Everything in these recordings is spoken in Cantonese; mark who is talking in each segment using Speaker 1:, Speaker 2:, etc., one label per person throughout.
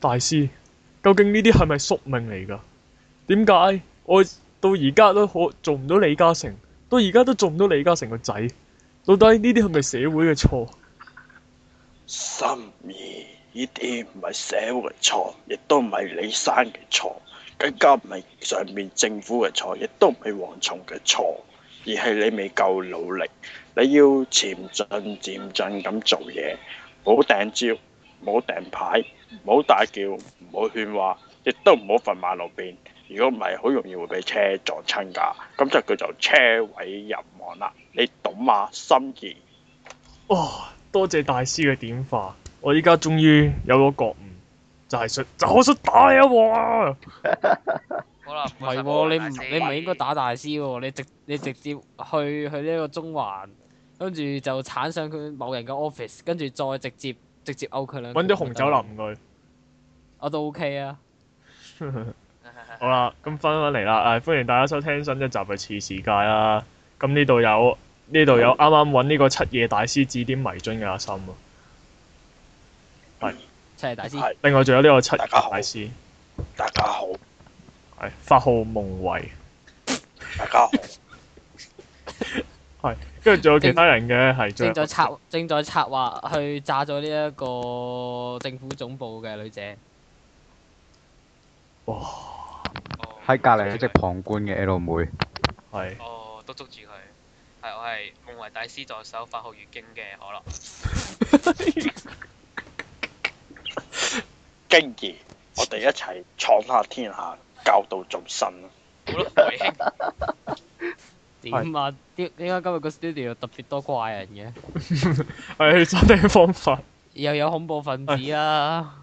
Speaker 1: 大師，究竟呢啲係咪宿命嚟㗎？點解我到而家都可做唔到李嘉誠，到而家都做唔到李嘉誠個仔？到底呢啲係咪社會嘅錯？
Speaker 2: 心意呢啲唔係社會嘅錯，亦都唔係李生嘅錯，更加唔係上面政府嘅錯，亦都唔係蝗蟲嘅錯，而係你未夠努力。你要漸進漸進咁做嘢，冇掟招，冇掟牌，冇大叫，唔好喧話，亦都唔好瞓馬路邊。如果唔係，好容易會俾車撞親㗎。咁就叫做車毀人亡啦。你懂嘛？心意。
Speaker 1: 哇、多謝大師嘅點化，我依家終於有咗覺悟，就係、想就我想打你一鑊啊！
Speaker 3: 好啦，
Speaker 4: 唔係
Speaker 3: 好
Speaker 4: 喎，
Speaker 3: 啦
Speaker 4: 你唔
Speaker 3: 大師
Speaker 4: 你唔係應該 打大師喎，你直你直接去去呢個中環，跟住就鏟上佢某人嘅 office，跟住再直接直接勾佢兩。啊
Speaker 1: 揾咗紅酒，淋佢。
Speaker 4: 我都 OK 啊。
Speaker 1: 好啦，咁翻返嚟啦，誒、歡迎大家收聽新一集嘅次世界啦。咁呢度有呢度有啱啱揾呢個七夜大師指點迷津嘅阿心啊，
Speaker 4: 出嚟大師，
Speaker 2: 係
Speaker 1: 另外仲有呢個七夜大師，
Speaker 2: 大家好，
Speaker 1: 係發號夢為，
Speaker 2: 大家好。
Speaker 1: 跟住仲有其他人嘅係仲
Speaker 4: 正在
Speaker 1: 有
Speaker 4: 策正在策劃去炸咗呢一個政府總部嘅女姐。
Speaker 1: 哇
Speaker 5: 喺隔
Speaker 3: Ờ,
Speaker 5: 離一隻旁觀嘅 L 妹，
Speaker 1: 係
Speaker 3: 哦，都捉住佢。係我係夢為大師助手，發號月經嘅可樂。
Speaker 2: 經驗，我哋一齊闖下天下，教導眾生啦。
Speaker 3: 好啦，維兄，
Speaker 4: 點啊？點點解今日個 studio 特別多怪人嘅？
Speaker 1: 係 收聽方法
Speaker 4: 又有恐怖分子啊！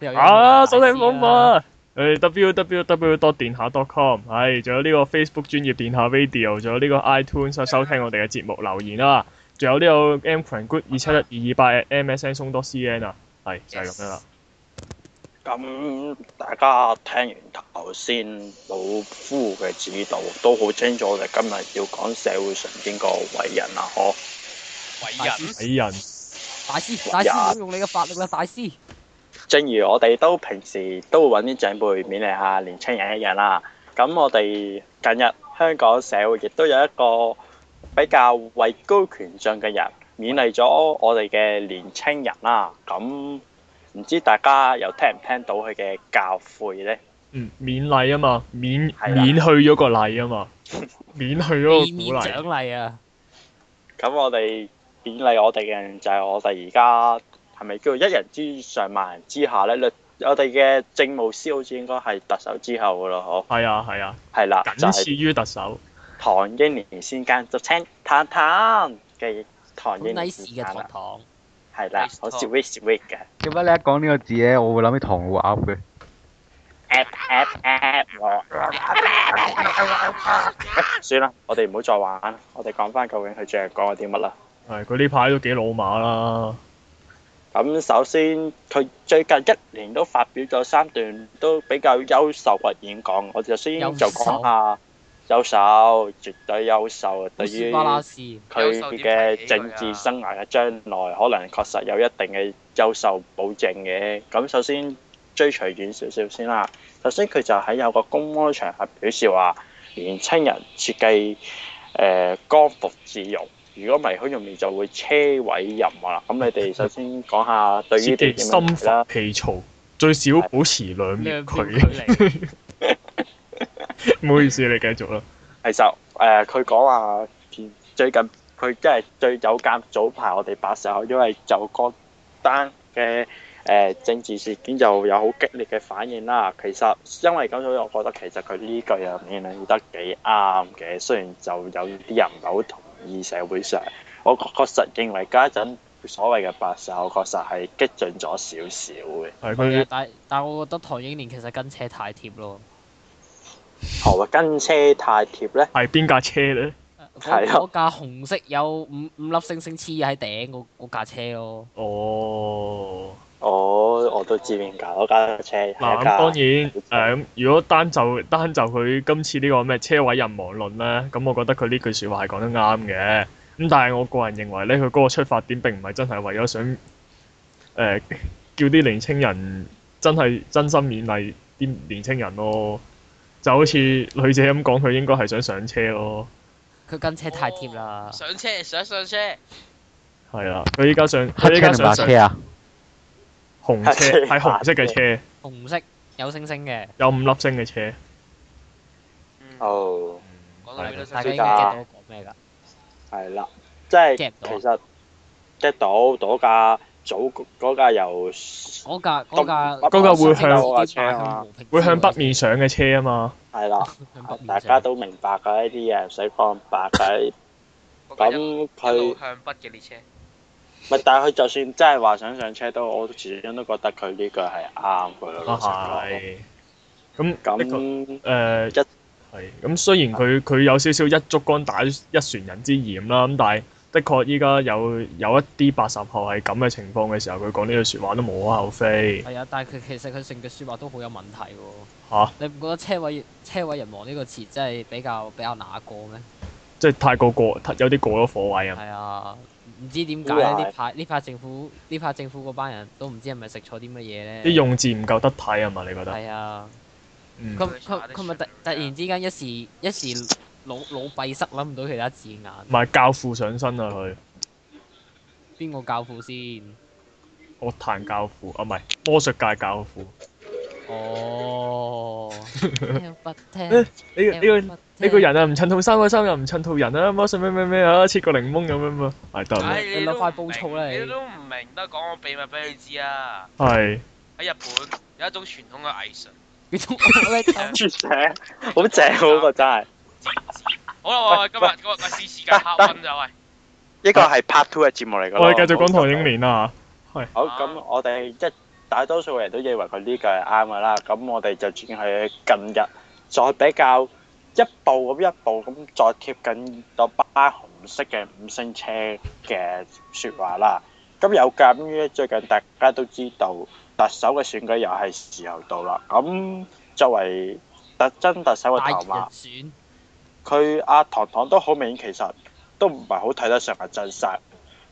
Speaker 4: 又有
Speaker 1: 啊，
Speaker 4: 大
Speaker 1: 收聽方
Speaker 4: 師啊！
Speaker 1: 法。誒 www 多電下 .com，係仲有呢個 Facebook 專業電下 radio，仲有呢個 iTunes 啊收聽我哋嘅節目留言啦，仲有呢個 M 群 good 二七一二
Speaker 4: 啊
Speaker 1: 二八 MSN 松多 CN 啊，係就係咁樣啦。
Speaker 2: 咁大家聽完頭先老夫嘅指導，都好清楚我哋今日要講社會上邊個偉人啦，嗬。
Speaker 3: 偉人，
Speaker 1: 矮人
Speaker 4: 大師，大師，唔好用你嘅法力啦，大師。
Speaker 2: 正如我哋都平時都會揾啲長輩勉勵下年青人一樣啦。咁我哋近日香港社會亦都有一個比較位高權重嘅人勉勵咗我哋嘅年青人啦。咁唔知大家又聽唔聽到佢嘅教誨呢？
Speaker 1: 嗯，免禮啊嘛，免
Speaker 2: 係啦
Speaker 1: 免去咗個禮啊嘛，免去咗
Speaker 4: 面
Speaker 1: 個鼓
Speaker 4: 面獎
Speaker 1: 勵。
Speaker 4: 勵啊！
Speaker 2: 咁我哋勉勵我哋嘅人就係我哋而家係咪叫做一人之上萬人之下咧？我哋嘅政務司好似應該係特首之後噶咯，
Speaker 1: 係啊係啊，
Speaker 2: 嗬，係啦，就
Speaker 1: 僅
Speaker 2: 係、
Speaker 1: 次於特首。
Speaker 2: 唐英年先間就青坦坦嘅唐
Speaker 4: 好
Speaker 2: 英年
Speaker 4: nice
Speaker 2: 先
Speaker 4: 嘅
Speaker 2: 間啊
Speaker 4: 糖
Speaker 2: 啦，
Speaker 4: 糖，
Speaker 2: 係啦
Speaker 3: Nice，
Speaker 2: 好
Speaker 3: talk
Speaker 2: sweet sweet 嘅
Speaker 5: 點解你一講呢個字咧，我會諗起唐老鴨嘅？
Speaker 2: ，app app app，算啦，我哋唔好再玩啦，我哋講翻究竟佢最近講咗啲乜啦。
Speaker 1: 係佢呢排都幾老馬啦。
Speaker 2: 咁首先，佢最近一年都發表咗三段都比較優秀嘅演講，我首先就講下優秀，絕對優秀。對
Speaker 4: 斯
Speaker 2: 於
Speaker 4: 巴拉
Speaker 2: 佢
Speaker 4: 斯，
Speaker 2: 嘅政治生涯嘅將來，可能確實有一定嘅優秀保證嘅。咁首先追隨遠少少先啦。首先佢就喺有個公開場合表示話，年青人設計誒光復自由。如果唔係，好容易就會車毀人亡啦。咁你哋首先講下對於
Speaker 1: 切
Speaker 2: 呢
Speaker 1: 忌
Speaker 2: 點
Speaker 1: 心
Speaker 2: 樣睇啦
Speaker 1: 浮。氣躁，最少保持兩
Speaker 4: 咩
Speaker 1: 秒
Speaker 4: 距
Speaker 1: 距離。
Speaker 4: 離？
Speaker 1: 唔好意思，你繼續啦。
Speaker 2: 其實誒，佢講話最近佢真係最有鑑早排我哋八十後，因為就嗰單嘅誒政治事件就有好激烈嘅反應啦。其實因為咁，所以我覺得其實佢呢句入面嚟得幾啱嘅，雖然就有啲人唔係好同意社會上，我確確實認為家陣所謂嘅八十後確實係激進咗少少嘅。
Speaker 1: 係
Speaker 4: 係啊
Speaker 1: 佢
Speaker 4: 但但我覺得唐英年其實跟車太貼咯，
Speaker 2: 何謂跟車太貼咧？
Speaker 1: 係邊架車咧？
Speaker 4: 嗰
Speaker 2: 係啊
Speaker 4: 嗰架紅色有五五粒星星黐喺頂嗰嗰架車咯。
Speaker 1: 哦，
Speaker 2: 我我都知邊架，我架車係
Speaker 1: 嗱咁
Speaker 2: 一架。
Speaker 1: 當然誒咁，如果單就單就佢今次呢個咩車毀人亡論咧，咁我覺得佢呢句説話係講得啱嘅。咁但係我個人認為咧， 佢嗰個出發點並唔係真係為咗想誒、叫啲年青人真係真心勉勵啲年青人咯。就好似女仔咁講，佢應該係想上車咯，
Speaker 4: 佢跟車太貼啦
Speaker 3: 哦，上車，上上車，
Speaker 1: 係啦。佢依家上，佢
Speaker 5: 黑
Speaker 1: 依
Speaker 5: 車
Speaker 1: 家
Speaker 5: 定
Speaker 1: 想
Speaker 5: 白
Speaker 1: 上
Speaker 5: 車啊？
Speaker 1: 紅車，係紅色嘅車，
Speaker 4: 紅色有星星嘅，
Speaker 1: 有五粒星嘅車。
Speaker 3: 嗯，
Speaker 2: 哦，
Speaker 3: 講到
Speaker 1: 係啊
Speaker 3: 呢度
Speaker 4: 大
Speaker 2: 係
Speaker 3: 先
Speaker 4: 家應該 get 到我講咩㗎？
Speaker 2: 係啦，即係
Speaker 4: get 唔
Speaker 2: 其
Speaker 4: 到啊
Speaker 2: 實 get 到嗰架早嗰架由係
Speaker 4: 嗰架嗰架
Speaker 2: 嗰架
Speaker 1: 會向
Speaker 2: 嗰架車啊嘛
Speaker 1: 會向北面上嘅車啊嘛，
Speaker 2: 啦，
Speaker 4: 向北面上
Speaker 2: 大家都明白㗎呢啲嘢，唔使講咁白 㗎。
Speaker 3: 嗰架一
Speaker 2: 咁
Speaker 3: 一路
Speaker 2: 佢
Speaker 3: 向北嘅列車，
Speaker 2: 咪但係佢就算真係話想上車都，我始終都覺得佢呢句係啱佢咯。老實講
Speaker 1: 啊係。咁的確
Speaker 2: 咁
Speaker 1: 誒
Speaker 2: 一
Speaker 1: 係咁，雖然佢佢有少少一竹竿打一船人之嫌啦，咁但係的確依家有有一啲八十後係咁嘅情況嘅時候，佢講呢句説話都無可厚非
Speaker 4: 係啊，但係佢其實佢成句説話都好有問題喎。
Speaker 1: 嚇、
Speaker 4: 你唔覺得車位車位人亡呢個詞真係比較比較那個咩？
Speaker 1: 即係太過過有啲過咗火位啊！
Speaker 4: 係啊，唔知點解
Speaker 2: 好賴
Speaker 4: 呢排呢排政府呢排政府嗰班人都唔知係咪食錯啲乜嘢
Speaker 1: 啲
Speaker 4: 咧？
Speaker 1: 用字唔夠得體啊嘛，你覺得？
Speaker 4: 係啊，
Speaker 1: 嗯
Speaker 4: 佢
Speaker 1: 唔
Speaker 3: 嗯
Speaker 4: 佢佢咪突突然之間一時一時腦腦閉塞，諗唔到其他字眼。
Speaker 1: 係教父上身啊！佢
Speaker 4: 邊個教父先？
Speaker 1: 樂壇教父啊，唔係魔術界教父。
Speaker 4: 哦，聽不聽？
Speaker 1: 呢個呢個呢個人啊，唔襯套衫啊，衫又唔襯套人啊，魔術咩咩咩啊，切個檸檬咁樣啊，係得啦
Speaker 3: 唉
Speaker 4: 你
Speaker 3: 你
Speaker 4: 攞
Speaker 3: 都
Speaker 4: 塊
Speaker 3: 唔
Speaker 4: 布
Speaker 3: 明
Speaker 4: 醋啦你
Speaker 3: 你都唔明，得講個秘密俾你知啊！
Speaker 1: 係
Speaker 3: 喺日本有一種傳統嘅藝術，
Speaker 4: 你都我咧
Speaker 2: 正，好正嗰個真係。
Speaker 3: 好啦，喂喂，今日今日個試試間黑温就喂，
Speaker 2: 呢個係 Part Two 嘅節目嚟㗎咯。
Speaker 1: 我哋繼續講唐英。年啊啦
Speaker 2: 好，咁我哋即係大多數人都認為佢呢句係啱㗎呃啦。咁我哋就轉去呃近日，再比較一步咁一步咁再貼緊嗰班紅色嘅五星車嘅説話啦。咁有鑑於最近大家都知道特首嘅選舉又係時候到啦。咁作為特真特首嘅
Speaker 4: 大
Speaker 2: 頭
Speaker 4: 人
Speaker 2: 馬。
Speaker 4: 選
Speaker 2: 佢阿糖糖都好明顯，其實都唔係好睇得上阿真實。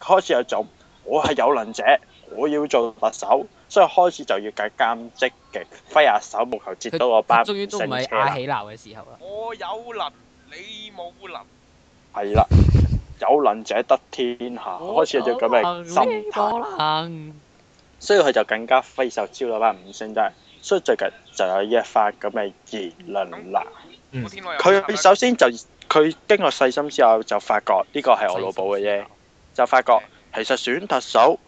Speaker 2: 佢開始有種我係有能者，我要做特首，所以開始就要更加積極揮下手，務求截
Speaker 4: 佢
Speaker 2: 到嗰班
Speaker 4: 終於都唔係
Speaker 2: 勝車
Speaker 4: 阿
Speaker 2: 啦。
Speaker 4: 喜鬧嘅時候啦。
Speaker 3: 我有能，你冇能，
Speaker 2: 係啦，有能者得天下，
Speaker 4: 哦
Speaker 2: 開始有咗咁嘅心態。
Speaker 4: 態。
Speaker 2: 所以佢就更加揮手招攬班五星仔。所以最近就有呢一番咁嘅言論啦。
Speaker 1: 嗯
Speaker 3: 古天樂有
Speaker 2: 佢首先就佢經過細心之後，就發覺呢個係我老母嘅啫。就發覺其實選特首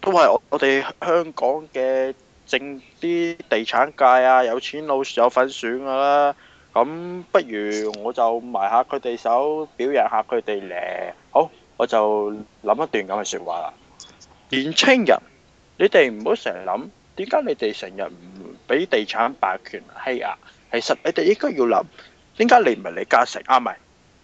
Speaker 2: 都係我我哋香港嘅政啲地產界啊，有錢佬有份選㗎啦。咁不如我就埋下佢哋手，表揚下佢哋咧。好，我就諗一段咁嘅説話啦。年青人，你哋唔好成日諗點解你哋成日唔俾地產霸權欺壓。其實你哋應該要諗點解你唔係李嘉誠啊？唔係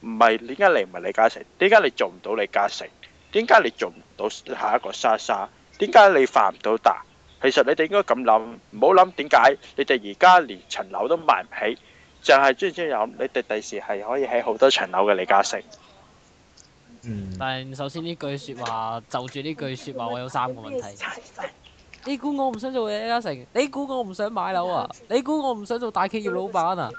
Speaker 2: 唔係點解你唔係李嘉誠？點解你做唔到李嘉誠？點解你做唔到下一個莎莎？點解你發唔到達？其實你哋應該咁諗，唔好諗點解你哋而家連層樓都買唔起，就係專專諗你哋第時係可以起好多層樓嘅李嘉誠。
Speaker 1: 嗯，
Speaker 4: 但首先呢句説話，就住呢句説話，我有三個問題。你估我唔想做李嘉誠？你估我唔想買樓啊？你估我唔想做大企業老闆啊？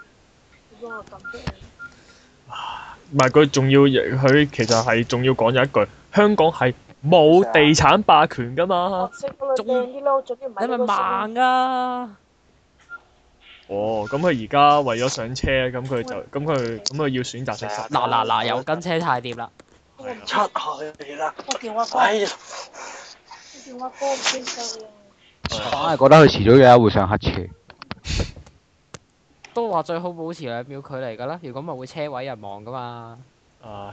Speaker 1: 唔係佢仲要佢其實係仲要講咗一句，香港係冇地產霸權噶嘛。
Speaker 4: 你咪盲啊噶！
Speaker 1: 哦，咁佢而家為咗上車，咁佢就咁佢咁佢要選擇食實。
Speaker 4: 嗱嗱嗱，又跟車太貼啦！
Speaker 2: 出去啦！哎
Speaker 6: 我電話哥，
Speaker 2: 呀，
Speaker 6: 我電話哥唔經常用。
Speaker 5: 反而覺得佢遲早有一日會上黑車。
Speaker 4: 都話最好保持兩秒距離㗎啦，如果咪會車毀人亡㗎嘛。
Speaker 1: 唉，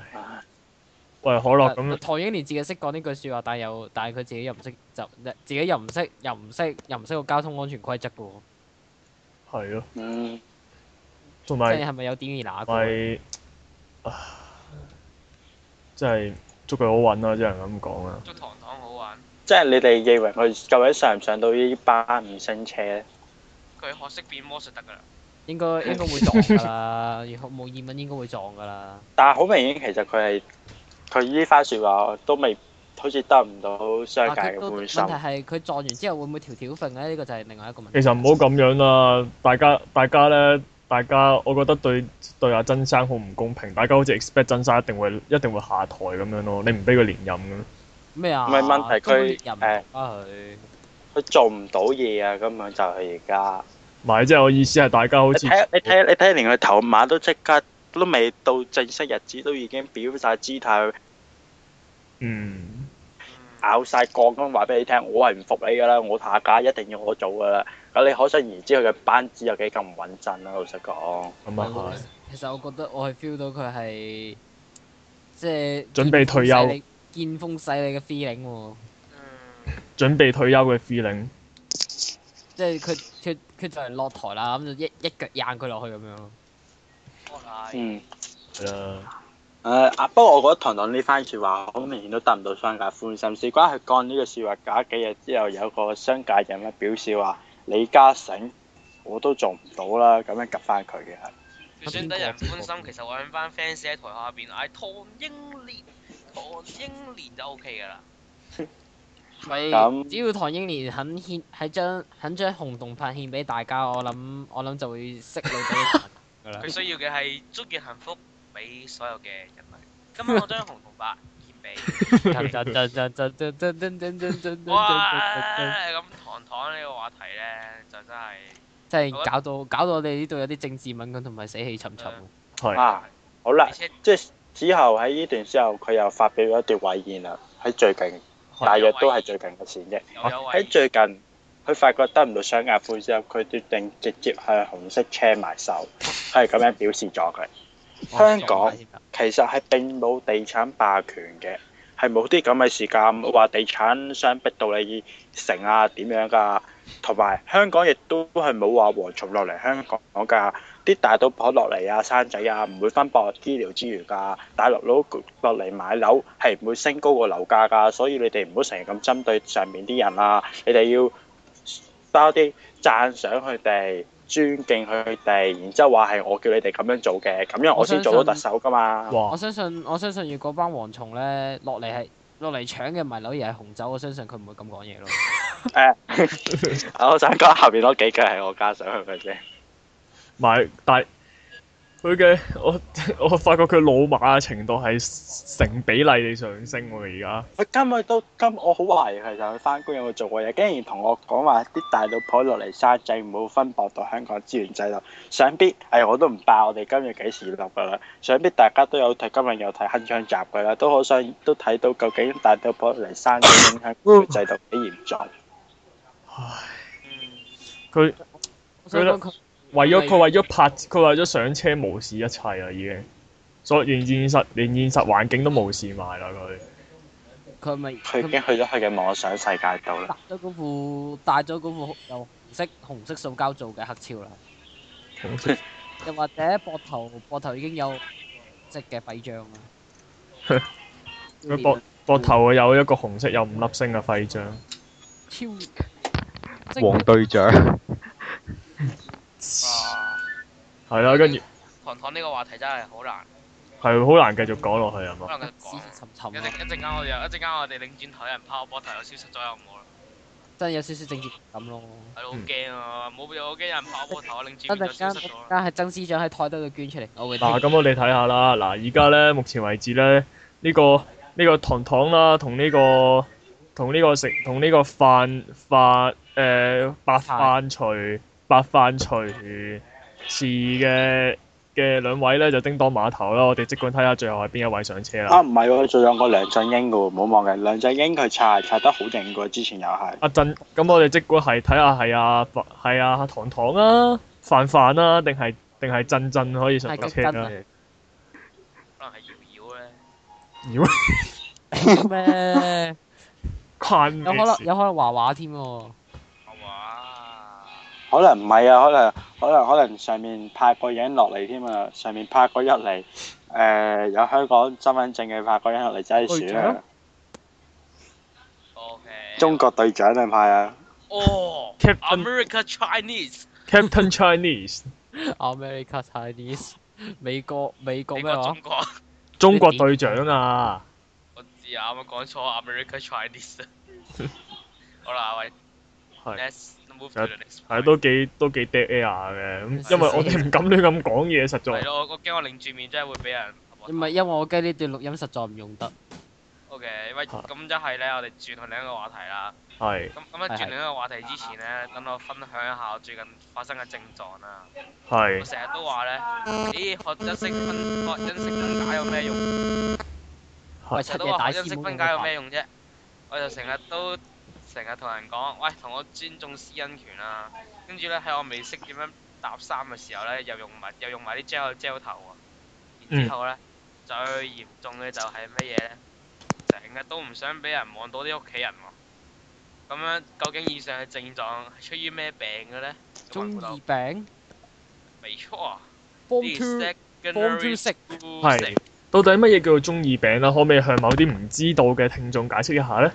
Speaker 1: 喂，可樂哦咁
Speaker 4: 唐英年自己識講呢句説話，但係又但係佢自己又唔識，就自己又唔識，又唔識，又唔識個交通安全規則㗎喎。
Speaker 1: 係咯，
Speaker 2: 嗯，
Speaker 1: 同
Speaker 4: 即
Speaker 1: 埋
Speaker 4: 係係咪有點而那個？
Speaker 1: 咪啊，真係祝佢好運啦，只能咁講啊啦。
Speaker 3: 祝糖糖好玩，
Speaker 2: 即係你哋認為佢究竟上唔上到呢班五星車咧？
Speaker 3: 佢學識變魔術得㗎啦。
Speaker 4: 應該應該會撞㗎啦， 如果冇意文應該會撞㗎啦。
Speaker 2: 但係好明顯，其實佢係佢呢番説話都未好似得唔到商
Speaker 4: 啊
Speaker 2: 界
Speaker 4: 佢
Speaker 2: 嘅
Speaker 4: 個問
Speaker 2: 歡
Speaker 4: 題
Speaker 2: 心。
Speaker 4: 係佢撞完之後會唔會條條揈咧？呢個就係另外一個問題。
Speaker 1: 其實唔好咁樣啦，大家大家咧，大家我覺得對對阿曾生好唔公平，大家好似 expect 曾生一定會一定會下台咁樣咯，你唔俾佢連任咁。
Speaker 4: 咩啊？
Speaker 2: 唔係問題佢
Speaker 4: 中國
Speaker 2: 誒
Speaker 4: 人唔啊佢。
Speaker 2: 佢做唔到嘢啊！根本就係而家。
Speaker 1: 唔係，即係我意思係大家好
Speaker 2: 你
Speaker 1: 似
Speaker 2: 睇你睇你睇，連佢頭晚都即刻都未到正式日子，都已經表晒姿態，
Speaker 1: 嗯，
Speaker 2: 咬晒鋼咁話俾你聽，我係唔服你㗎啦，我下架一定要我做㗎啦。咁你可想而知佢嘅班子有幾咁唔穩陣啦。啊老實講，
Speaker 1: 咁啊係。
Speaker 4: 其實我覺得我係 feel 到佢係即係
Speaker 1: 準備退休
Speaker 4: 見風使你嘅 feeling 喎。
Speaker 3: 嗯
Speaker 1: 準備退休嘅 feeling，
Speaker 4: 即係佢佢佢就嚟落台啦，咁就一一腳硬佢落去咁樣咯。
Speaker 3: 可能係
Speaker 2: 嗯，
Speaker 1: 係啦，
Speaker 2: 誒、啊不過我覺得唐唐呢番説話好明顯都得唔到商界歡心，事關佢講呢個説話隔幾日之後，有個商界人物表示話：李嘉誠我都做唔到啦，咁樣及翻佢嘅係。
Speaker 3: 就算得人歡心，其實我揾班 fans 喺台下邊嗌唐英年，唐英年就 OK 㗎啦。
Speaker 4: 咪
Speaker 2: 咁
Speaker 4: 只要唐英年肯獻喺將肯將紅洞拍獻俾大家，我諗我諗就會識到啲人噶啦
Speaker 3: 佢。需要嘅係祝願幸福俾所有嘅人 民。今晚我將紅同白獻俾你哋。 哇！咁糖糖呢個話題咧，就真係
Speaker 4: 真係搞到搞到我哋呢度有啲政治敏感同埋死氣沉沉喎。
Speaker 1: 係
Speaker 2: 啊，好啦
Speaker 3: 而，且
Speaker 2: 即係之後喺呢段之後，佢又發表咗一段遺言啦。喺最近，
Speaker 1: 係
Speaker 2: 大約都係最近嘅事啫。
Speaker 3: 又有
Speaker 2: 喺
Speaker 3: 位
Speaker 2: 最近，佢發覺得唔到商界歡心，佢決定直接向紅色車埋手，佢係咁樣表示咗佢。香港其實係並冇地產霸權嘅，係冇啲咁嘅事㗎，冇話地產商逼到你成啊點樣㗎，同埋香港亦都係冇話蝗蟲落嚟香港㗎，啲大賭婆落嚟啊生仔啊唔會分薄醫療資源㗎，大陸佬落嚟買樓係唔會升高個樓價㗎，所以你哋唔好成日咁針對上面啲人啊，你哋要多啲讚賞佢哋。尊敬佢哋，然之後話係我叫你哋咁樣做嘅，咁樣我先做到特首㗎嘛。
Speaker 4: 我
Speaker 1: 哇，
Speaker 4: 相信我相信，如果班蝗蟲咧落嚟係落嚟搶嘅唔係樓而係紅酒，我相信佢唔會咁 講嘢咯。
Speaker 2: 啊 我想講後邊嗰幾句係我加上去嘅啫。
Speaker 1: 唔係，但係佢嘅我我發覺佢老馬嘅程度係成比例地上升喎，而家
Speaker 2: 佢今日都今，我好懷疑其實佢翻工有冇做過嘢，竟然同我講話啲大老婆落嚟生仔唔好分薄到香港資源制度，想必誒、哎我都唔爆，我哋今日幾時落㗎啦？想必大家都有睇，今日有睇《鏗鏘集》㗎啦，都好想都睇到究竟大老婆落嚟生仔影響資源制度幾嚴重。
Speaker 1: 佢
Speaker 4: 我想講佢
Speaker 1: 為咗佢為咗拍佢為咗上車無視一切啦已經，所以連現實連現實環境都無視埋啦佢。
Speaker 4: 佢係咪
Speaker 2: 佢已
Speaker 4: 佢
Speaker 2: 經去咗佢嘅妄想世界度啦。
Speaker 4: 戴咗嗰副戴咗嗰副由紅色紅色塑膠做嘅黑超啦，又或者膊頭膊頭已經有隻嘅徽章啦。
Speaker 1: 佢膊膊頭有一個紅色有五粒星嘅徽章，
Speaker 4: 超
Speaker 5: 黃隊長，
Speaker 3: 哇
Speaker 1: 係啦，跟住
Speaker 3: 糖糖呢個話題真係好難，
Speaker 1: 係好難繼續講落去係
Speaker 3: 好
Speaker 1: 嘛？
Speaker 3: 難繼續
Speaker 4: 死
Speaker 3: 講
Speaker 4: 氣。沉沉
Speaker 3: 一
Speaker 4: 啊
Speaker 3: 陣！一陣間我哋一陣間我哋擰轉頭有人拍我膊頭又消失咗又冇啦，
Speaker 4: 真係有少少政治感咯。
Speaker 3: 係咯好驚啊！冇俾我驚有人拍我膊頭，我擰
Speaker 4: 一
Speaker 3: 轉面就
Speaker 4: 陣
Speaker 3: 消
Speaker 4: 間，一
Speaker 3: 失咗
Speaker 4: 陣
Speaker 3: 啦。
Speaker 4: 間係曾司長喺台底度捐出嚟，我會
Speaker 1: 嗱，
Speaker 4: 聽。
Speaker 1: 咁我哋睇下啦。嗱，而家咧，目前為止咧，呢、個呢、個糖糖啦，同呢、個同呢個食同呢個飯飯誒白飯除白飯除是嘅嘅兩位咧，就叮當碼頭啦。我哋即管睇下最後係邊一位上車
Speaker 2: 啊，
Speaker 1: 啦。
Speaker 2: 唔係喎，佢仲有個梁振英嘅喎，唔好忘記梁振英佢擦係擦得好勁嘅，之前又係。
Speaker 1: 阿振，咁我哋即管係睇下係啊係啊糖糖啊飯飯啊，定係定係振振可以上
Speaker 4: 係
Speaker 1: 到
Speaker 4: 個
Speaker 1: 車
Speaker 4: 真
Speaker 1: 啦
Speaker 4: 啊。
Speaker 3: 可能係瑤瑤咧，
Speaker 1: 妖
Speaker 4: 咩？
Speaker 1: 關
Speaker 4: 有可
Speaker 1: 咩
Speaker 4: 能
Speaker 1: 事
Speaker 4: 有可能華華添喎。
Speaker 3: 係嘛？
Speaker 2: 可能唔係啊，可能可能可能上面派個人落嚟添啊，上面派個一嚟，誒、有香港身份證嘅派個人落嚟就係選
Speaker 4: 隊長
Speaker 2: 啦，
Speaker 3: O K。
Speaker 2: 中國隊長嚟派啊，
Speaker 3: 哦
Speaker 1: Captain-
Speaker 3: ，America Chinese，
Speaker 1: ？Captain Chinese。
Speaker 4: America Chinese，美國美國
Speaker 3: 美
Speaker 4: 咩
Speaker 3: 國啊
Speaker 4: 話
Speaker 3: 中？國，
Speaker 1: 中國隊長啊，
Speaker 3: 我知知啊，啱啱講錯 America Chinese 啊。好啦，喂
Speaker 1: 係
Speaker 3: ，Let's move to the next。
Speaker 1: 係都幾都幾 dead air 嘅，咁因為我哋唔敢亂咁講嘢，實
Speaker 3: 係
Speaker 1: 在
Speaker 3: 咯，我我驚我擰住面真係會俾人。
Speaker 4: 唔係因為我驚呢段錄音實在唔用得。
Speaker 3: O K，喂，咁一係咧，我哋轉去另一個話題啦。
Speaker 1: 係
Speaker 3: 咁咁喺
Speaker 4: 係
Speaker 3: 轉另一個話題之前咧，等我分享一下我最近發生嘅症狀啦。我
Speaker 1: 係
Speaker 3: 成日都話咧，咦，學一識分學一識分解有咩用？
Speaker 4: 喂，
Speaker 1: 係
Speaker 4: 七
Speaker 3: 成日
Speaker 4: 夜
Speaker 3: 都話
Speaker 4: 大
Speaker 3: 學一
Speaker 4: 師
Speaker 3: 識
Speaker 4: 妹
Speaker 3: 分解有咩用啫？我就成日都成日同人講，喂，同我尊重私隱權啦。跟住咧喺我未識點樣搭衫嘅時候咧，又用埋又用埋啲 gel gel 頭啊。然之後咧，最嚴重嘅就係乜嘢咧？成日都唔想俾人望到啲屋企人喎。咁樣究竟以上嘅症狀係出於咩病嘅咧？
Speaker 4: 中二病
Speaker 3: 未錯啊，
Speaker 4: ，form
Speaker 3: 呢
Speaker 4: two form two
Speaker 3: secondary
Speaker 4: sick，
Speaker 3: school
Speaker 1: 係
Speaker 3: sick。
Speaker 1: 到底乜嘢叫做中二病啊啦？可唔可以向某啲唔知道嘅聽眾解釋一下咧？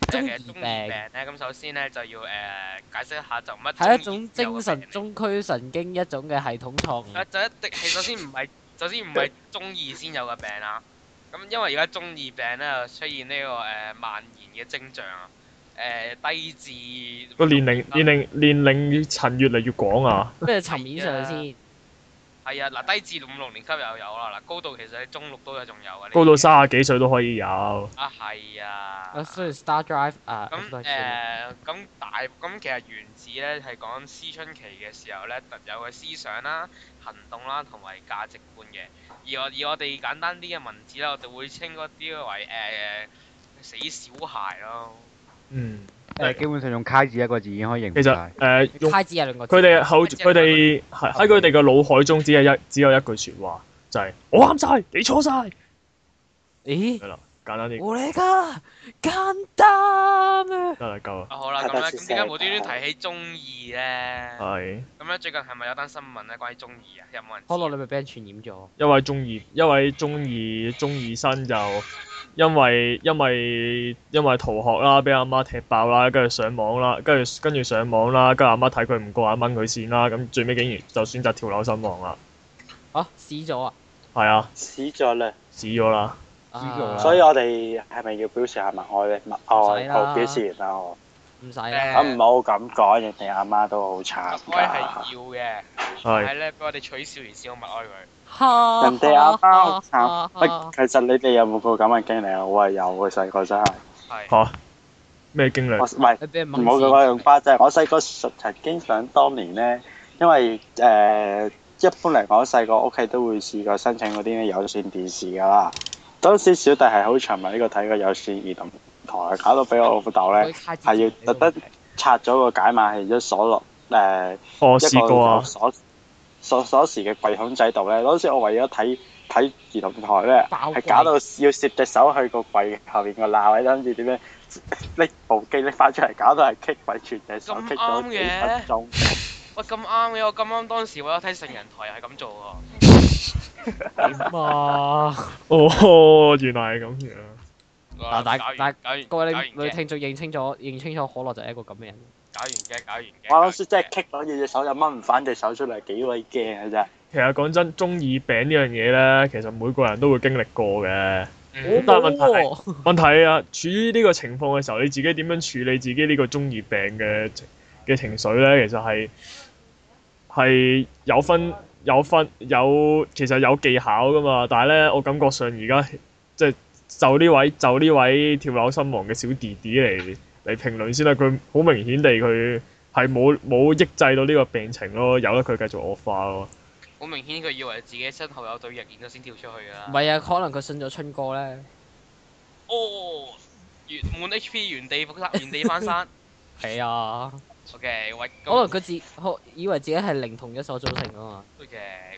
Speaker 3: 誒其
Speaker 4: 中二
Speaker 3: 實中二病
Speaker 4: 病
Speaker 3: 咧，咁首先咧就要誒、呃解釋一下就乜
Speaker 4: 係一
Speaker 3: 啊中二
Speaker 4: 種精
Speaker 3: 有
Speaker 4: 神
Speaker 3: 嘅病
Speaker 4: 中區神經一種嘅系統錯
Speaker 3: 嚟。啊
Speaker 4: 誤。
Speaker 3: 就一定 係首先唔係，首先唔係中二先有嘅病啦。咁因為而家中二病咧出現呢、個誒、蔓延嘅徵象啊，誒、低智
Speaker 1: 個年齡年齡年齡層越嚟越廣啊！
Speaker 4: 咩層面上先？
Speaker 3: 係啊，嗱低至五六年級又有啦，嗱高度其實你中六都有仲有嘅。
Speaker 1: 高到三十幾歲都可以有，
Speaker 3: 啊係啊。
Speaker 4: 啊，雖然 Star Drive 啊，
Speaker 3: 咁
Speaker 4: 都係
Speaker 3: 誒，
Speaker 4: 算
Speaker 3: 呃咁、大咁其實原子咧係講思春期嘅時候咧特有嘅思想啦、行動啦同埋價值觀嘅。而我以我哋簡單啲嘅文字咧，我哋會稱嗰啲為誒、呃死小孩咯。
Speaker 1: 嗯，
Speaker 5: 誒 基本上用卡字一個字已經可以形
Speaker 1: 其
Speaker 5: 容
Speaker 1: 實
Speaker 5: 晒
Speaker 1: 誒、。呃用
Speaker 4: 太子有兩個字。
Speaker 1: 佢哋啊後佢哋係喺佢哋嘅腦海中只係一只有一句説話，就係、我啱晒，你錯晒。
Speaker 4: 咦？
Speaker 1: 簡單啲
Speaker 4: 我嚟噶，簡單啊！
Speaker 1: 得啦，夠啦，
Speaker 3: 啊好啦，
Speaker 2: 係
Speaker 3: 咁咧
Speaker 2: 特殊
Speaker 3: 咁點解
Speaker 2: 性
Speaker 3: 無端端提起中二咧？
Speaker 1: 係
Speaker 3: 咁咧最近係咪有單新聞咧關於中二啊？有冇人知？
Speaker 4: 可樂你咪俾人傳染咗。
Speaker 1: 一位中二一位中二中二生就因為因為因為逃學啦，俾阿媽踢爆啦，跟住上網啦，跟住跟住上網啦，跟住阿媽睇佢唔過眼掹佢線啦，咁最尾竟然就選擇跳樓身亡啦，
Speaker 4: 啊，死咗啊！
Speaker 1: 係啊，
Speaker 2: 死咗啦！
Speaker 1: 死咗啦。
Speaker 4: 啊
Speaker 5: 知道啦
Speaker 2: 所以我哋係咪要表示下默哀咧？默
Speaker 4: 唔使
Speaker 2: 哀
Speaker 4: 啦
Speaker 2: 好表示完啦，我
Speaker 4: 唔使啦。
Speaker 2: 啊唔好咁講，人哋阿媽都好慘
Speaker 3: 默哀係要
Speaker 2: 㗎。
Speaker 3: 嘅，但
Speaker 1: 係
Speaker 3: 係咧俾我哋取笑完先好默哀佢。
Speaker 4: 哈
Speaker 2: 人哋阿啊媽好
Speaker 4: 哈
Speaker 2: 慘，
Speaker 4: 哈哈
Speaker 2: 喂，其實你哋有冇個咁嘅經歷啊？我係有嘅，細個真係。
Speaker 3: 係。
Speaker 1: 嚇咩經歷
Speaker 2: 我？唔係
Speaker 4: 你呃俾人掹
Speaker 2: 唔好
Speaker 4: 線
Speaker 2: 講用花啫。我細個曾經想當年咧，因為誒、呃一般嚟講，細個屋企都會試過申請嗰啲咩有線電視㗎啦。當時小弟係好沉迷呢個睇個有線兒童台，搞到俾我老豆
Speaker 4: 嗯
Speaker 2: 咧係要特登拆咗個解碼器，一鎖落誒。呃
Speaker 1: 我
Speaker 2: 一個
Speaker 1: 試過啊，
Speaker 2: 鎖鎖鎖匙嘅櫃桶仔度咧，嗰陣時我為咗睇睇兒童台咧，
Speaker 4: 爆櫃
Speaker 2: 係搞到要攝隻手去個櫃後面個罅位，諗住點樣 拎部機拎翻出嚟，搞到係棘鬼全隻手，
Speaker 3: 咁
Speaker 2: 棘咗
Speaker 3: 啱
Speaker 2: 幾
Speaker 3: 嘅
Speaker 2: 分鐘。
Speaker 3: 喂，咁啱嘅，我咁啱當時我有睇成人台係咁做
Speaker 4: 嘛？
Speaker 1: 哦，原來係咁樣。
Speaker 3: 喎。好啦
Speaker 4: 嗱大
Speaker 3: 搞完
Speaker 4: 大
Speaker 3: 搞完
Speaker 4: 各
Speaker 3: 搞
Speaker 4: 位女
Speaker 3: 完
Speaker 4: 女
Speaker 3: 嘅
Speaker 4: 聽眾認清楚，認清楚可樂就係一個咁嘅人。
Speaker 3: 搞完嘅，搞完嘅。
Speaker 2: 我諗住真係
Speaker 3: 搞
Speaker 2: 棘咗隻手，又掹唔翻隻手出嚟，幾鬼驚啊嘅啫。
Speaker 1: 其實講真，中二病呢樣嘢咧，其實每個人都會經歷過嘅。
Speaker 3: 完
Speaker 4: 我
Speaker 3: 嘅
Speaker 1: 但係問
Speaker 4: 冇
Speaker 1: 題係
Speaker 4: 喎，
Speaker 1: 問題啊，處於呢個情況嘅時候，你自己點樣處理自己呢個中二病嘅情嘅情緒咧？其實係係有分有分有，其實有技巧噶嘛。但係咧，我感覺上而家即係就呢位就呢位跳樓身亡嘅小弟弟嚟嚟評論先啦。佢好明顯地佢係冇冇抑制到呢個病情咯，由得佢繼續惡化咯。
Speaker 3: 好明顯佢以為自己身後有對翼，然之後先跳出去㗎啦。
Speaker 4: 唔係啊，可能佢信咗春哥咧。
Speaker 3: 哦，原滿 HP 原地復原地翻山。
Speaker 4: 係啊，
Speaker 3: OK，喂，
Speaker 4: 可能
Speaker 3: 咁
Speaker 4: 佢自可以為自己係零同一所組成啊嘛。
Speaker 3: OK，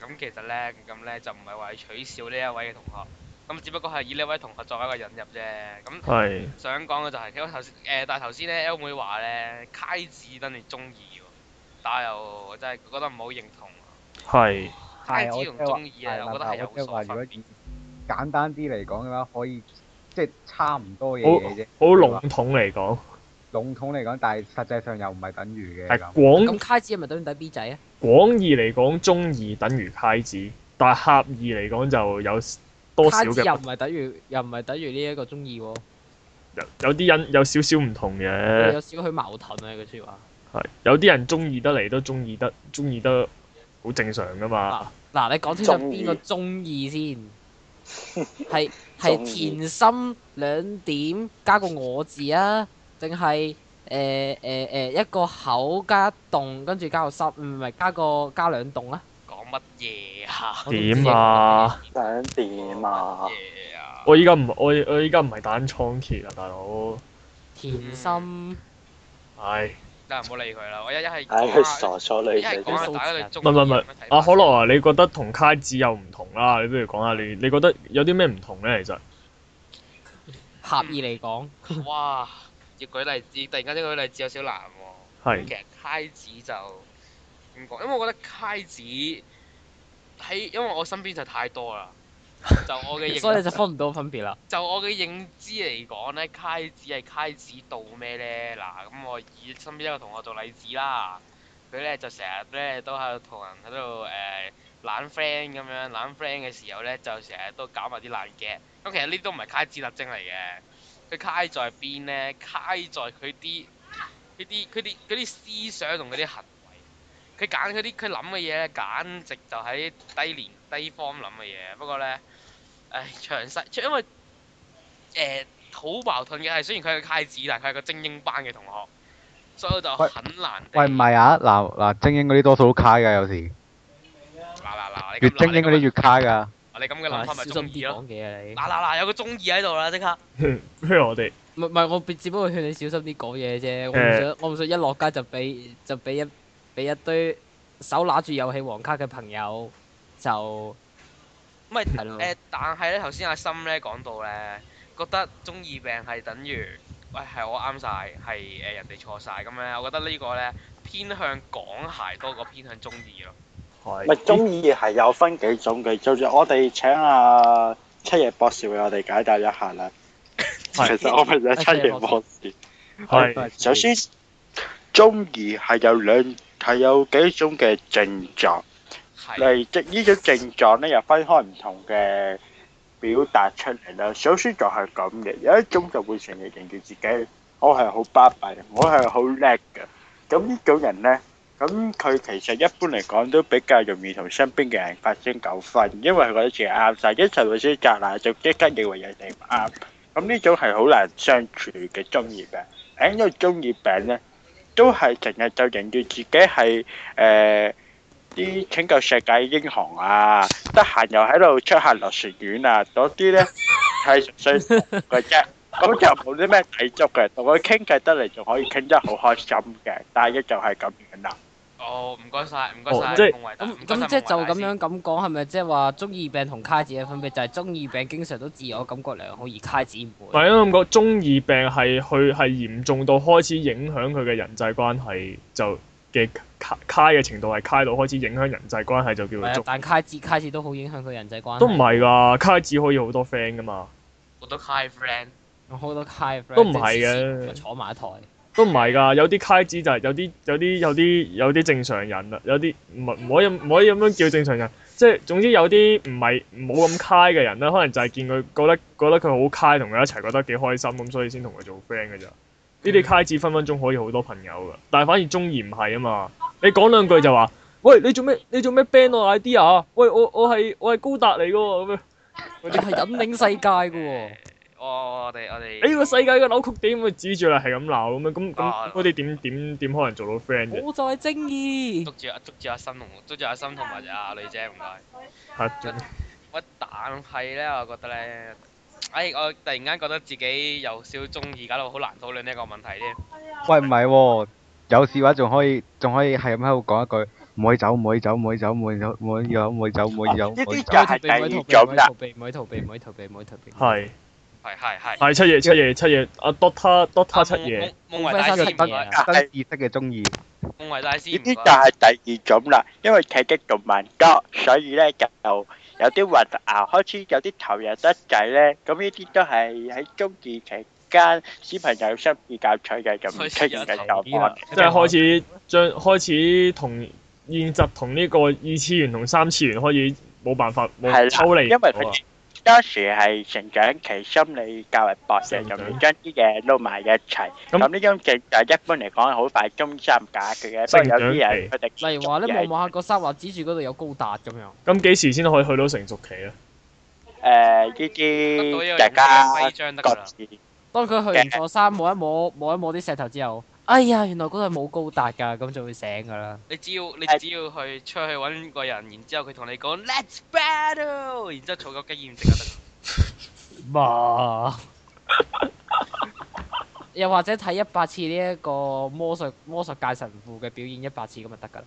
Speaker 3: 咁其實咧，咁咧就唔係話取笑呢一位嘅同學，咁只不過係以呢位同學作為一個引入啫。咁
Speaker 1: 係
Speaker 3: 想講嘅就係、我頭先誒，但係頭先咧 L 妹話咧，揩字等於中意喎，但係又我真係覺得唔好認同。
Speaker 1: 係。
Speaker 3: 揩
Speaker 5: 我
Speaker 3: 字
Speaker 5: 即
Speaker 3: 同
Speaker 5: 係話
Speaker 3: 中意
Speaker 5: 係
Speaker 3: 啊，我覺得
Speaker 5: 啦
Speaker 3: 係
Speaker 5: 我即
Speaker 3: 有
Speaker 5: 係
Speaker 3: 所
Speaker 5: 話如
Speaker 3: 分
Speaker 5: 果
Speaker 3: 別
Speaker 5: 以。簡單啲嚟講嘅話，可以即係差唔多嘅
Speaker 1: 好
Speaker 5: 嘢啫。
Speaker 1: 好籠統嚟講，
Speaker 5: 籠統嚟講，但係實際上又唔係等於嘅
Speaker 1: 係
Speaker 5: 咁。
Speaker 1: 廣
Speaker 4: 咁卡子係咪等於抵 B 仔啊？
Speaker 1: 廣義嚟講，中二等於揩子，但係狹義嚟講就有多少
Speaker 4: 卡子
Speaker 1: 嘅
Speaker 4: 又唔係等於又唔係等於呢一個中意喎，
Speaker 1: 有有啲人有少少唔同嘅，
Speaker 4: 有少許矛盾啊！佢説話
Speaker 1: 係有啲人中意得嚟都中意得中意得好正常噶嘛。
Speaker 3: 啊
Speaker 4: 嗱嗱，你講清楚
Speaker 2: 中意
Speaker 4: 邊個中 意先？係
Speaker 2: 中意
Speaker 4: 係甜心兩點加個我字啊，定係誒誒誒一個口加一棟，跟住加個心，唔係加個加兩棟啊？
Speaker 3: 講乜嘢啊？
Speaker 4: 我都唔知
Speaker 1: 點啊？
Speaker 2: 想點啊
Speaker 3: 講乜？嘢啊？
Speaker 1: 我依家唔我我依家唔係打緊倉頡啊，大佬。
Speaker 4: 甜心
Speaker 1: 唉，
Speaker 3: 嗱，唔好理佢啦。我一一係
Speaker 2: 唉，
Speaker 3: 講下
Speaker 2: 傻咗你
Speaker 3: 一係講下大家對中
Speaker 1: 唔係唔係唔係
Speaker 3: 意有咩睇法
Speaker 1: 阿可樂啊，你覺得同卡子有唔同啦？你不如講下你你覺得有啲咩唔同咧？其實
Speaker 4: 狹義嚟講，
Speaker 3: 哇！要舉例子，突然間呢個舉例子有少難喎、咁
Speaker 1: 係
Speaker 3: 其實揩子就點講？因為我覺得揩子喺，因為我身邊就太 多啦。就我嘅認，
Speaker 4: 所以你就分唔到分別啦。
Speaker 3: 就我嘅認知嚟講咧，揩子係揩子到咩咧？嗱，咁我以身邊一個同學做例子啦，佢咧就成日咧都喺度同人喺度誒懶 friend 咁樣，懶 friend 嘅時候咧就成日都搞埋啲爛嘅。咁其實呢啲都唔係揩子特徵嚟嘅，佢揩在邊咧？揩在佢啲佢啲佢啲佢啲思想同佢啲行為，佢揀佢啲佢諗嘅嘢咧，簡直就喺低年低方諗嘅嘢。不過咧，唉，詳細，因為誒好、矛盾嘅係，雖然佢係個揩子，但係佢係個精英班嘅同學，所以我就
Speaker 5: 喂
Speaker 3: 很難地。
Speaker 5: 喂，唔係啊，嗱嗱，精英嗰啲多數都卡㗎，有時
Speaker 3: 嗱嗱嗱，你
Speaker 5: 越
Speaker 3: 咁嗱
Speaker 5: 精英嗰啲越卡㗎。
Speaker 3: 你咁嘅諗法咪
Speaker 4: 啊小
Speaker 3: 中
Speaker 4: 心
Speaker 3: 意
Speaker 4: 啲
Speaker 3: 咯？
Speaker 4: 講嘢啊你。
Speaker 3: 嗱嗱嗱，有個中意喺度啦，即刻。
Speaker 1: 不如我哋
Speaker 4: 唔係唔係，我只不過勸你小心啲講嘢啫。我唔
Speaker 1: 誒
Speaker 4: 想，我唔想一落街就俾就俾一俾一堆手拿住遊戲王卡嘅朋友就
Speaker 3: 唔係
Speaker 4: 係咯
Speaker 3: 誒，但係咧頭先阿心咧講到咧，覺得中二病係等於喂係我啱晒，係誒、人哋錯晒咁咧，我覺得呢個咧偏向港孩多過偏向中二咯。
Speaker 2: 咪
Speaker 1: 係
Speaker 2: 中意係有分幾種嘅，就算我哋請阿七爺博士為我哋解答一下啦。其
Speaker 1: 係
Speaker 2: 實我咪就係七爺博士。
Speaker 1: 係
Speaker 2: 首先，中意係有兩係有幾種嘅症狀，
Speaker 3: 係
Speaker 2: 嚟即呢種症狀咧又分開唔同嘅表達出嚟啦。首先就係咁嘅，有一種就會成日認住自己，我係好巴閉，我係好叻嘅。咁呢種人咧，咁佢其實一般嚟講都比較容易同身邊嘅人發生糾紛，因為佢覺得自己啱晒，一齊會先責難，就即刻認為人哋唔啱。咁呢種係好難相處嘅中二病。誒，因為中二病咧，都係成日就認住自己係誒。啲拯救世界英雄啊，得閒又喺度出下落船丸啊，嗰啲咧係純粹嘅啫。咁就冇啲咩抵觸嘅，同佢傾偈得嚟仲可以傾得好開心嘅，但係就係咁樣啦。
Speaker 3: 哦，唔該晒，唔該
Speaker 1: 哦
Speaker 3: 晒，
Speaker 1: 即係
Speaker 3: 夢偉達
Speaker 4: 咁
Speaker 3: 唔該晒
Speaker 4: 咁即係就
Speaker 3: 夢偉達
Speaker 4: 咁
Speaker 3: 先
Speaker 4: 樣咁講，係咪即係話中二病同卡子嘅分別就係中二病經常都自我感覺良好，而卡子唔
Speaker 1: 唔
Speaker 4: 會。啊
Speaker 1: 係因為咁講，中二病係去係嚴重到開始影響佢嘅人際關係，就嘅卡卡嘅程度係卡到開始影響人際關係，就叫
Speaker 4: 唔
Speaker 1: 做
Speaker 4: 係啊
Speaker 1: 中。
Speaker 4: 但卡子卡子都好影響佢人際關係。
Speaker 1: 都唔係㗎，卡子可以好多 friend 㗎嘛，
Speaker 3: 我都 high friend，
Speaker 4: 我好多卡嘅 friend
Speaker 1: 都唔係
Speaker 4: 即
Speaker 1: 嘅
Speaker 4: 時時坐 埋一台。
Speaker 1: 都唔係㗎。有啲卡子就係有啲有啲有啲有啲正常人啦，有啲唔係唔可以唔可以咁樣叫正常人，即係總之有啲唔係冇咁卡嘅人啦，可能就係見佢覺得覺得佢好卡，同佢一齊覺得幾開心咁，所以先同佢做 friend 㗎咋。呢啲卡子分分鐘可以好多朋友㗎，但係反而中意唔係啊嘛。你講兩句就話，喂，你做咩你做咩 ban 我 idea 啊？喂，我我係我係高達嚟㗎喎咁樣。
Speaker 4: 你係引領世界嘅喎。
Speaker 3: 我我哋我哋
Speaker 1: 呢個世界嘅扭曲點會指住啦，係咁鬧咁樣，咁
Speaker 3: 啊
Speaker 1: 咁嗰啲點點點可能做到 friend 啫？
Speaker 4: 我就係正義
Speaker 3: 捉。住阿捉住阿森同捉住阿森同埋阿女姐唔該。
Speaker 1: 係仲
Speaker 3: 喂，但係咧，我覺得咧，哎，我突然間覺得自己有少少中意，搞到好難討論呢一個問題添。
Speaker 5: 喂，唔係喎，有事嘅話仲可以仲可以係咁喺度講一句，唔可以走，唔可以走，唔可以走，唔可以走，唔可以走，唔可以走，唔可以走，唔可以走。
Speaker 2: 呢啲就係第二種啦
Speaker 4: 逃避，唔可以逃避，唔可以逃避，唔可以逃避。
Speaker 1: 係
Speaker 3: 係係係。
Speaker 1: 係七爺七爺七爺，阿 Dota
Speaker 2: 啊
Speaker 1: Dota 七爺
Speaker 3: 夢夢
Speaker 4: 啊
Speaker 3: 夢維啊大師唔該，
Speaker 5: 真意識嘅中意，
Speaker 3: 夢維大
Speaker 2: 呢啲
Speaker 3: 師唔
Speaker 2: 就
Speaker 3: 該。
Speaker 2: 係第二種啦，因為睇得動漫多，所以咧就有啲核突啊，開始有啲投入得滯咧。咁呢啲都係喺中二期間小朋友心比較脆弱就唔出現嘅狀況。
Speaker 1: 啊即係開始將開始同現實同呢個二次元同三次元開始冇辦法
Speaker 2: 係
Speaker 1: 冇
Speaker 2: 啦
Speaker 1: 抽離
Speaker 2: 因為
Speaker 1: 咗啊
Speaker 2: 佢，當時係成長期心理較為薄弱，
Speaker 1: 成長
Speaker 2: 容易將啲嘢撈埋一齊。
Speaker 1: 咁
Speaker 2: 咁呢種症就一般嚟講好快中心解決嘅，不過有啲人佢哋
Speaker 4: 例如話咧望
Speaker 2: 誒、
Speaker 4: 望下個三畫指住嗰度有高達咁樣，
Speaker 1: 咁幾時先可以去到成熟期啊咧？
Speaker 2: 呢
Speaker 3: 得到呢
Speaker 2: 啲
Speaker 3: 個
Speaker 2: 大家
Speaker 3: 徽章得㗎
Speaker 2: 各
Speaker 3: 啦。
Speaker 2: 自
Speaker 4: 當佢去完座山摸一摸摸一摸啲石頭之後，哎呀，原來嗰度係冇高達㗎，咁就會醒㗎啦。
Speaker 3: 你只要你
Speaker 2: 係
Speaker 3: 只要去出去揾個人，然之後佢同你講 Let's battle，然之後儲夠經驗值就得㗎。
Speaker 4: 嘛。 又或者睇一百次呢一個魔術魔術界神父嘅表演一百次咁就得㗎啦。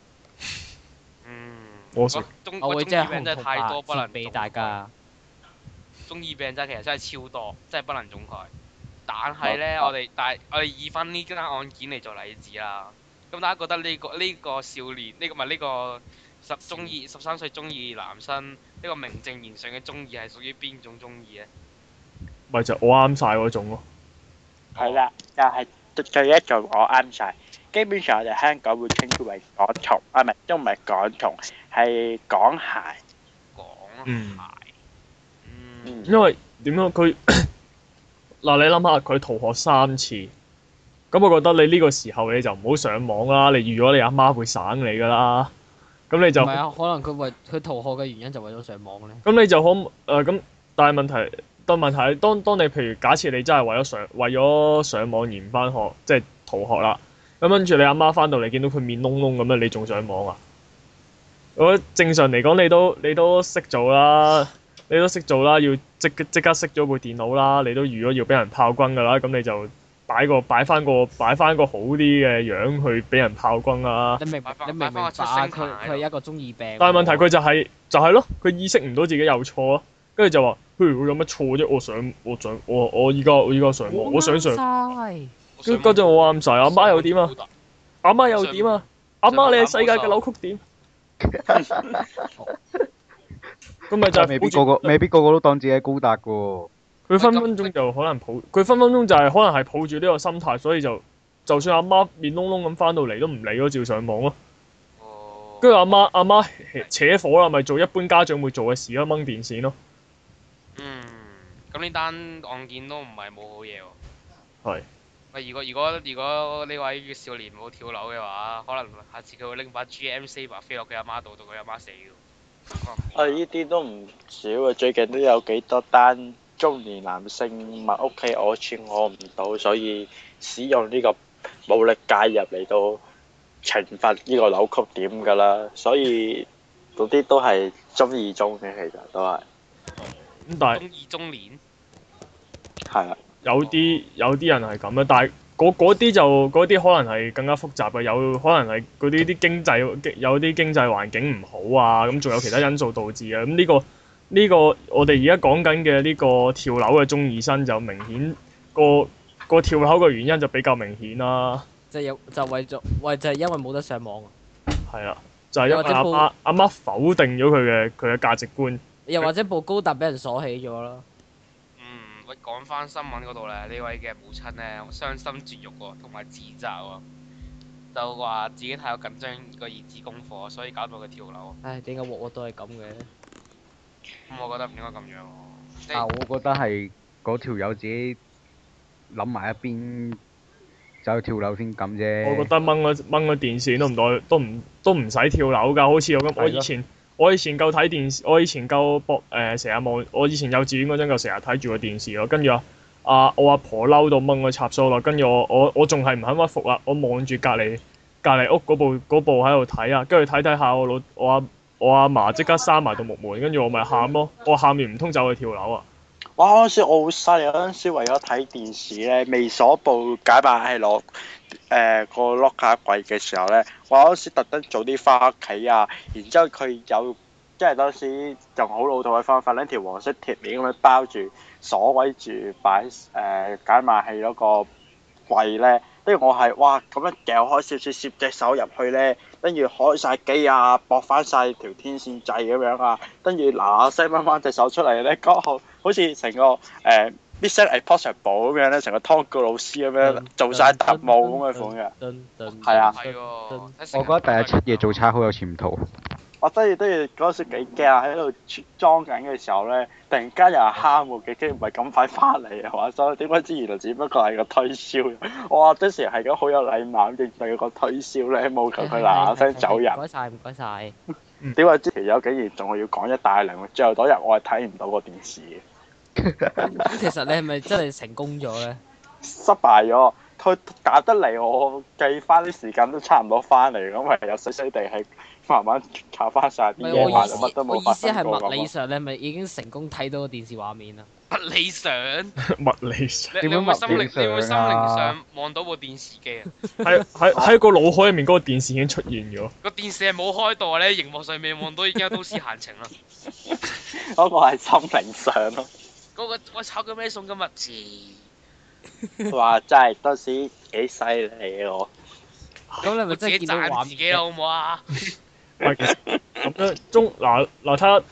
Speaker 3: 嗯，
Speaker 1: 我
Speaker 3: 中
Speaker 4: 我
Speaker 3: 我
Speaker 4: 會
Speaker 3: 中
Speaker 4: 真
Speaker 3: 二
Speaker 4: 係
Speaker 3: 病
Speaker 4: 紅
Speaker 3: 真係太多
Speaker 4: 紅
Speaker 3: 不
Speaker 4: 白
Speaker 3: 能
Speaker 4: 俾
Speaker 3: 總
Speaker 4: 大
Speaker 3: 括
Speaker 4: 家。
Speaker 3: 中二病真係其實真係超多，真係不能總概。但係咧，我哋但係我哋以翻呢單案件嚟做例子啦。咁大家覺得呢、個呢、個少年呢、個唔係呢個十中二十三歲中二男生呢、個名正言順嘅中二係屬於邊種中二咧？
Speaker 1: 咪就我啱晒嗰種咯。
Speaker 2: 係啦，就係對一做我啱晒。基本上我哋香港會稱之為港童，啊唔係都唔係港童，係港孩。
Speaker 3: 講
Speaker 1: 嗯，
Speaker 3: 嗯
Speaker 2: 嗯，
Speaker 1: 因為點樣佢 嗱你諗下佢逃學三次，咁我覺得你呢個時候你就唔好上網啦，你預咗你阿媽會省你噶啦，咁你
Speaker 4: 唔
Speaker 1: 就。
Speaker 4: 係啊，可能佢為佢逃學嘅原因就為咗上網咧。
Speaker 1: 咁你就可誒咁、但係問題，但問題係當當你譬如假設你真係為咗上為咗上網而唔翻學，即係逃學啦。咁跟住你阿媽翻到嚟見到佢面窿窿咁樣，你仲上網啊？我覺得正常嚟講，你都你都識做啦，你都識做啦，要即即刻熄咗部電腦啦，你都預咗要俾人炮轟㗎啦，咁你就擺個擺翻個擺翻個好啲嘅樣去俾人炮轟啦。
Speaker 4: 你明
Speaker 3: 擺
Speaker 4: 你
Speaker 3: 返
Speaker 4: 明唔明白
Speaker 3: 擺
Speaker 4: 啊？
Speaker 3: 返個出聲
Speaker 4: 佢
Speaker 3: 牌喺
Speaker 4: 佢
Speaker 3: 度
Speaker 4: 係一個中二病。
Speaker 1: 但係問題佢就係、就係、咯，佢意識唔到自己有錯咯，跟住就話：，譬如我有乜錯啫？我想我想我我依家我依家上網，我想上。
Speaker 4: 晒。
Speaker 3: 我上
Speaker 1: 跟嗰陣
Speaker 3: 網
Speaker 1: 我啱晒，阿媽又點啊？？阿媽又點啊？阿媽你係世界嘅扭曲點？咁咪就係
Speaker 5: 未
Speaker 1: 抱
Speaker 5: 必
Speaker 1: 住
Speaker 5: 個個未必個個都當自己係高達嘅喎。
Speaker 1: 佢分分鐘就可能抱，佢分分鐘就係可能係抱住呢個心態，所以就就算阿媽面窿窿咁翻到嚟都唔理咯，照上網咯。
Speaker 3: 哦
Speaker 1: 跟住阿媽阿媽 扯火啦，咪做一般家長會做嘅事咯，掹電線咯。
Speaker 3: 嗯，咁呢單案件都唔係冇好嘢喎。
Speaker 1: 係。
Speaker 3: 喂，如果如果如果呢位少年冇跳樓嘅話，可能下次佢會拎把 GM Saber 飛落佢阿媽度，到佢阿媽死嘅喎。
Speaker 2: 啊呢啲都唔少啊，最近都有幾多單中年男性問屋企我錢我唔到，所以使用呢個武力介入嚟到懲罰呢個扭曲點㗎啦，所以嗰啲都係中意中嘅，其實都係
Speaker 1: 咁但係。
Speaker 3: 中二中年，
Speaker 2: 係啊，
Speaker 1: 有啲有啲人係咁啊嘅，但係嗰嗰啲就嗰啲可能係更加複雜嘅，有可能係嗰啲啲經濟有啲經濟環境唔好啊，咁仲有其他因素導致嘅。咁呢、個呢、個我哋而家講緊嘅呢個跳樓嘅中二生就明顯個個跳樓嘅原因就比較明顯啦，
Speaker 4: 即係有就為咗為就係因為冇得上網啊，
Speaker 1: 係啦，就係、因為阿
Speaker 4: 或者
Speaker 1: 媽阿媽否定咗佢嘅佢嘅價值觀，
Speaker 4: 又或者部高達俾人鎖起咗啦。
Speaker 3: 嗯，喂，講翻新聞嗰度咧，呢位嘅母親咧，傷心絕育喎，同埋自責喎，就話自己太過緊張個兒子功課，所以搞到佢跳樓。
Speaker 4: 唉，點解鑊鑊都係咁嘅？
Speaker 3: 咁我覺得唔應該咁樣喎。即
Speaker 5: 但
Speaker 3: 係
Speaker 5: 我覺得係嗰條友自己諗埋一邊，走去跳樓先咁啫。
Speaker 1: 我覺得掹咗掹咗電線都唔代都唔都唔使跳樓㗎，好似我咁，我
Speaker 5: 係
Speaker 1: 以
Speaker 5: 咯
Speaker 1: 前我以前夠睇電視，我以前夠博誒成日望，我以前幼稚園嗰陣夠成日睇住個電視咯，跟住啊啊我阿婆嬲到掹個插蘇啦，跟住我我我仲係唔肯屈服啊，我望住隔離隔離屋嗰部嗰部喺度睇啊，跟住睇睇下我老我阿我阿嫲即刻閂埋道木門，跟住我咪喊咯，我喊完唔通走去跳樓啊！
Speaker 2: 哇嗰陣時我好犀利，嗰陣時為咗睇電視咧，未鎖部解碼器落誒個 lock 下櫃嘅時候咧，我嗰陣時特登早啲翻屋企啊，然之後佢有即係當時用好老土嘅方法，拎條黃色鐵鏈咁樣包住鎖位住擺誒、呃解碼器嗰個櫃咧，跟住我係哇咁樣掉開少少，攝隻手入去咧，跟住開晒機啊，駁翻晒條天線掣咁樣啊，跟住嗱嗱聲掹翻隻手出嚟咧，剛好好似成個誒。呃 Mission Impossible 咁樣咧，成個湯告老師咁樣做晒特務咁嘅款嘅。
Speaker 4: 嘅。
Speaker 2: 係啊
Speaker 3: 係喎，
Speaker 5: 我覺得第日出夜做
Speaker 3: 差。
Speaker 5: 差好有前途。
Speaker 2: 我都要都要嗰時幾驚啊！喺度裝緊嘅時候咧，突然間有人喊我嘅，竟唔係咁快翻嚟啊！話所以點解知原來只不過係個推銷。我話當時係咁好有禮貌，應對個推銷咧，冇求佢嗱嗱聲走人
Speaker 4: 唔。該晒，唔該晒。
Speaker 2: 點解之前有幾嚴重？我要講一大輪，最後嗰日我係睇唔到個電視嘅，
Speaker 4: 咁其實你係咪真係成功咗咧？
Speaker 2: 失敗咗。佢打得嚟，我計翻啲時間都差唔多翻嚟，咁咪又死死地係慢慢靠翻晒
Speaker 4: 唔
Speaker 2: 啲
Speaker 4: 係
Speaker 2: 嘢，
Speaker 4: 我
Speaker 2: 話
Speaker 4: 意
Speaker 2: 就
Speaker 4: 思，
Speaker 2: 乜都
Speaker 4: 我
Speaker 2: 冇
Speaker 4: 意
Speaker 2: 發
Speaker 4: 思
Speaker 2: 生過
Speaker 4: 係
Speaker 2: 咁
Speaker 4: 物理
Speaker 2: 咯。
Speaker 4: 上你係咪已經成功睇到個電視畫面啊？
Speaker 3: 不理想，你
Speaker 1: 物理上
Speaker 5: 點
Speaker 3: 你會唔會
Speaker 5: 樣
Speaker 3: 心靈，
Speaker 5: 物理
Speaker 3: 你會唔會心
Speaker 5: 上啊
Speaker 3: 靈上望到部電視機啊？
Speaker 1: 喺喺喺個腦海入面嗰個電視已經出現咗。
Speaker 3: 個電視係冇開到啊咧，熒幕上面望到已經有都市閒情啦。
Speaker 2: 嗰個係心靈上咯。
Speaker 3: 嗰個我炒緊咩餸今 日？
Speaker 2: 哇！真係當時幾犀利啊！我
Speaker 4: 咁你咪
Speaker 3: 我自
Speaker 4: 真係
Speaker 3: 己
Speaker 4: 見到畫
Speaker 3: 讚自己啦，
Speaker 4: 面？
Speaker 3: 好唔好啊？
Speaker 1: 喂其實咁樣中嗱嗱，睇下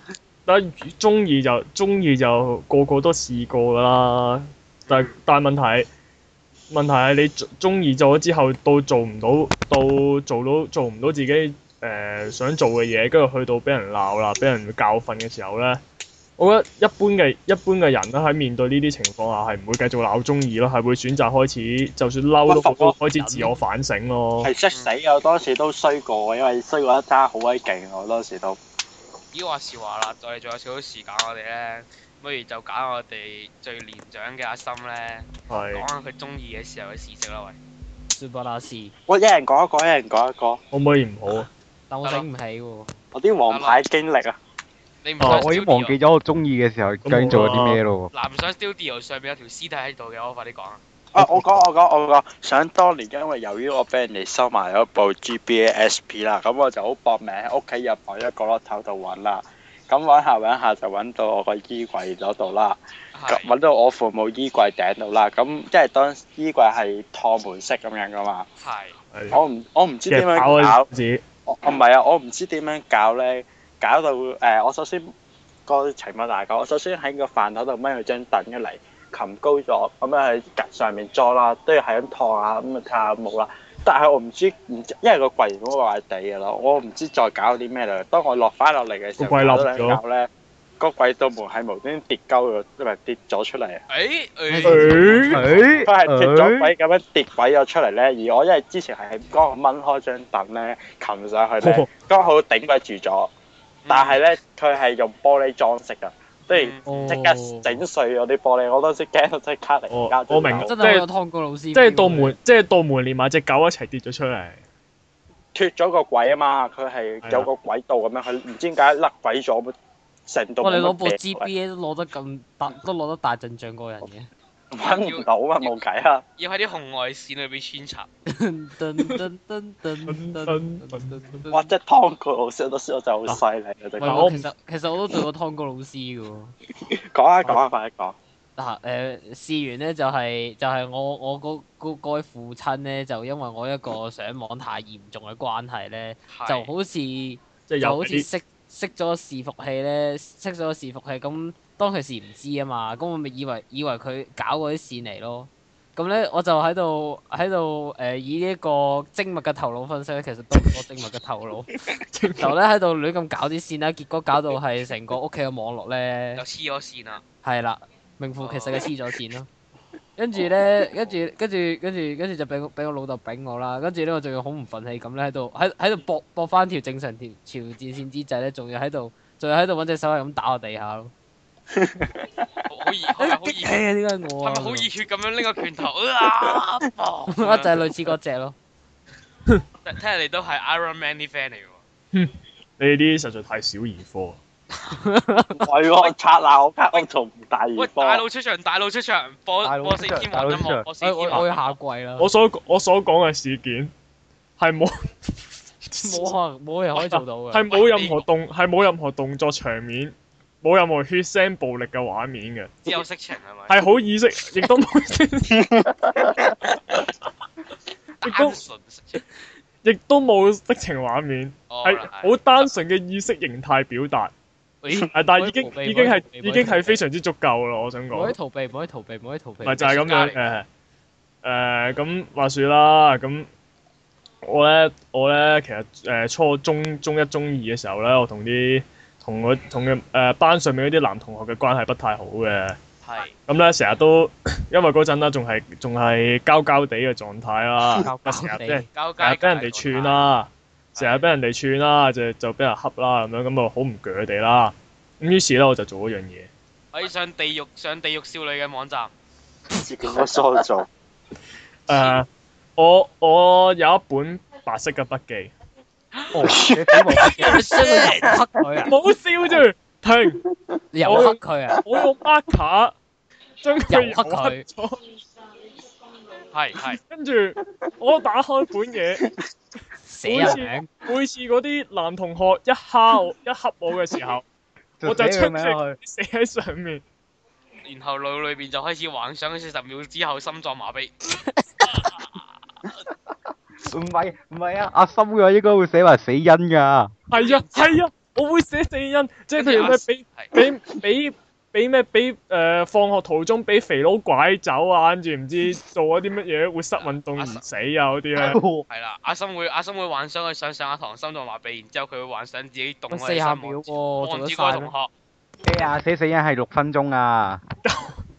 Speaker 1: 睇下中意就中意就個個都試過㗎啦。但但問題係問題係你中中意咗之後，到做唔到，到做到做唔到自己誒、呃想做嘅嘢，跟住去到俾人鬧啦，俾人教訓嘅時候咧，我覺得一般嘅一般嘅人咧喺面對呢啲情況下係唔會繼續鬧中意咯，係會選擇開始就算嬲都好
Speaker 2: 屈服咯
Speaker 1: 開始自我反省咯。
Speaker 2: 係識死啊！我當時都衰過，因為衰過一揸好鬼勁啊，我當時都
Speaker 3: 咦話時話啦，我哋仲有少少時間，我哋咧，不如就揀我哋最年長嘅阿森咧，
Speaker 1: 係
Speaker 3: 講下佢中意嘅時候嘅事跡啦。喂，
Speaker 4: 算啦，是，
Speaker 2: 我一人講一個，一人講一個。
Speaker 1: 可唔可以唔好啊？
Speaker 4: 但我醒唔起喎。
Speaker 2: 我啲王牌經歷啊，
Speaker 3: 你唔
Speaker 1: 哦
Speaker 3: 想
Speaker 1: 啊
Speaker 5: 我已經忘
Speaker 3: studio-
Speaker 5: 記咗我中意嘅時候究竟做咗啲咩咯
Speaker 3: 嗱，唔想 studio 上面有條屍體喺度嘅，我快啲講啊！
Speaker 2: 啊我講我講我講，想當年因為由於我俾人哋收埋咗部 GBA SP 啦，咁我就好搏命喺屋企入房一個角落頭度揾啦，咁揾下揾下就揾到我個衣櫃嗰度啦。咁
Speaker 3: 係
Speaker 2: 揾到我父母衣櫃頂度啦，咁即係當衣櫃係趟門式咁樣噶嘛，
Speaker 3: 係
Speaker 1: 係
Speaker 2: 我唔我唔知點
Speaker 1: 嘅
Speaker 2: 樣
Speaker 1: 跑啊
Speaker 2: 搞，
Speaker 1: 自己。
Speaker 2: 我我唔係啊，我唔知點樣搞咧，搞到誒、呃我首先個情況大概，我首先喺個飯台度掹佢張凳一嚟，擒高咗，咁樣喺格上面裝啦，都要係咁燙下，咁啊睇下有冇啦。但係我唔知，唔知因為個櫃原本壞壞地嘅咯，我唔知再搞啲咩嚟。當我落翻落嚟嘅時候，
Speaker 1: 個櫃冧咗
Speaker 2: 搞多兩搞咧，個櫃度門係無端端跌鳩咗，唔係跌咗出嚟。啊
Speaker 3: 誒誒，
Speaker 1: 誒
Speaker 5: 喎？
Speaker 2: 佢
Speaker 5: 佢
Speaker 2: 係貼咗鬼咁樣跌鬼咗出嚟咧，而我因為之前係剛好掹開張凳咧，擒上去咧，剛好頂鬼住咗。但係咧，佢係用玻璃裝飾噶，即係
Speaker 3: 嗯
Speaker 4: 哦
Speaker 2: 即刻整碎咗啲玻璃。我當時驚到即刻嚟家
Speaker 1: 哦我明
Speaker 4: 真
Speaker 1: 即係
Speaker 4: 係有湯哥老師。即
Speaker 1: 即係道門，即係道門連埋只狗一齊跌咗出嚟。
Speaker 2: 脱咗個鬼啊嘛！佢係有個軌道咁樣，佢唔知點解甩鬼咗，成度
Speaker 4: 哇！你攞部
Speaker 2: 冇乜嘢
Speaker 4: GBA 都攞得咁大，都攞得大陣仗過人 嘅。
Speaker 2: 揾唔到啊，冇計啊！
Speaker 3: 要喺啲紅外線裏邊穿插。
Speaker 4: 噔噔噔噔噔噔噔
Speaker 2: 哇！即係湯告老師，我當時我就好犀利啊！真
Speaker 4: 喂，
Speaker 2: 係
Speaker 4: 我其實其實我都做過湯哥老師嘅喎。
Speaker 2: 講啊講啊， 快啲講！
Speaker 4: 嗱誒試完咧就係、就係、我我嗰嗰嗰位父親咧就因為我一個上網太嚴重嘅關係咧，
Speaker 3: 係
Speaker 4: 就好似
Speaker 1: 即係
Speaker 4: 就
Speaker 1: 有
Speaker 4: 好似
Speaker 1: 啲
Speaker 4: 熄熄咗伺服器咧，熄咗伺服器咁當其時唔知啊嘛，咁我咪以為以為佢搞嗰啲線嚟咯。咁咧我就喺度喺度誒以呢一個精密嘅頭腦分析咧，其實都唔多精密嘅 頭腦，就咧喺度亂咁搞啲線啦，結果搞到係成個屋企嘅網絡咧
Speaker 3: 就。黐咗線啊啦。
Speaker 4: 係啦，名副其實嘅黐咗線咯。跟住咧，跟住跟住跟住跟住就俾我俾我老豆丙我啦。跟住咧，我仲要好唔忿氣咁咧，喺度喺喺度搏搏翻條正常條條戰線之際咧，仲要喺度仲要喺度揾隻手係咁打我地下咯。
Speaker 3: 好好熱，好哎好
Speaker 4: 激氣
Speaker 3: 熱，
Speaker 4: 啊！點解
Speaker 3: 係
Speaker 4: 我啊
Speaker 3: 咪好熱血咁樣拎個 拳頭啊？砰
Speaker 4: 我 就係類似嗰只咯。
Speaker 3: 睇嚟你都係 Iron Man 啲 friend 嚟喎。
Speaker 1: 你啲實在太小兒科。
Speaker 2: 唔係喎，拆鬧我間屋仲唔大
Speaker 3: 喂，
Speaker 2: 二
Speaker 3: 大
Speaker 2: 科
Speaker 3: 佬。出場，大佬出場，播
Speaker 5: 大佬
Speaker 3: 播
Speaker 5: 出
Speaker 3: 四
Speaker 5: 場
Speaker 3: 天
Speaker 5: 大
Speaker 3: 王
Speaker 5: 佬
Speaker 3: 音
Speaker 5: 出場
Speaker 3: 樂，播四
Speaker 4: 我
Speaker 3: 天
Speaker 4: 我
Speaker 3: 王
Speaker 4: 我
Speaker 3: 音
Speaker 4: 要下
Speaker 3: 樂。
Speaker 4: 季啦，
Speaker 1: 我所我所講嘅事件係冇
Speaker 4: 冇可能冇人可以做到 嘅。
Speaker 1: 係冇任何動係冇任何動作場面，冇任何血腥暴力嘅畫面嘅，
Speaker 3: 只有色情係咪？
Speaker 1: 係好意識亦都冇 亦
Speaker 3: 單
Speaker 1: 都
Speaker 3: 純色情。
Speaker 1: 亦都冇色情畫面，
Speaker 3: 哦，
Speaker 1: 係好單純嘅意識形態表達。
Speaker 4: 咦
Speaker 1: 係，但係已經
Speaker 4: 唔可以逃避
Speaker 1: 已經係
Speaker 4: 唔可以逃避
Speaker 1: 已經係非常之足夠啦，我想
Speaker 4: 唔可
Speaker 1: 講
Speaker 4: 以。逃避，唔可以逃避，唔可以逃避。
Speaker 1: 咪就係咁樣誒誒咁話説啦，咁我咧，我咧，其實誒、呃初中中一中二嘅時候咧，我同啲同我同嘅誒班上面嗰啲男同學嘅關係不太好嘅。
Speaker 3: 係
Speaker 1: 咁咧成日都 因為嗰陣咧仲係仲係交交地嘅狀態 啦，
Speaker 4: 交交
Speaker 1: 成日
Speaker 4: 地
Speaker 1: 俾人
Speaker 3: 交街
Speaker 1: 成日俾人哋串，啦，成日俾人哋串啦，就就俾人恰啦咁樣，咁啊好唔鋸佢哋啦。咁於是咧我就做嗰樣嘢，
Speaker 3: 可以上地獄上地獄少女嘅網站，
Speaker 2: 自己都疏咗，
Speaker 1: 誒、我我有一本白色嘅筆記，
Speaker 4: 哦，你俾部黑嘅，將佢入黑 佢啊，
Speaker 1: 冇笑住，停。
Speaker 4: 你入黑佢啊，
Speaker 1: 我用 marker 將佢
Speaker 4: 油黑佢
Speaker 1: 油黑咗，
Speaker 3: 係係
Speaker 1: 跟住我打開本嘢，
Speaker 4: 寫人名，
Speaker 1: 每次嗰啲男同學一蝦我、一恰我嘅時 候，我就
Speaker 5: 寫佢
Speaker 1: 將
Speaker 5: 名落
Speaker 1: 佢
Speaker 5: 去，
Speaker 1: 寫喺上面。
Speaker 3: 然後腦裏邊就開始幻想四十秒之後心臟麻痹，
Speaker 5: 唔係唔係啊，阿心嘅話應該會寫埋死因㗎，
Speaker 1: 係 啊，係啊，我會寫死因，即係譬如咩
Speaker 5: 啊
Speaker 1: 俾
Speaker 3: 係
Speaker 1: 俾俾俾咩俾誒放學途中俾肥佬拐走啊，跟住唔知做咗啲乜嘢會失運動而死啊嗰啲咧。
Speaker 3: 係啦，阿心會阿心會幻想佢上上下堂心臟麻痹，然之後佢會幻想自己動
Speaker 4: 喂四下秒喎，做
Speaker 3: 望
Speaker 4: 得
Speaker 3: 住個
Speaker 4: 晒
Speaker 3: 同
Speaker 4: 咩？
Speaker 3: 學，
Speaker 5: 咩啊？寫死因係六分鐘啊！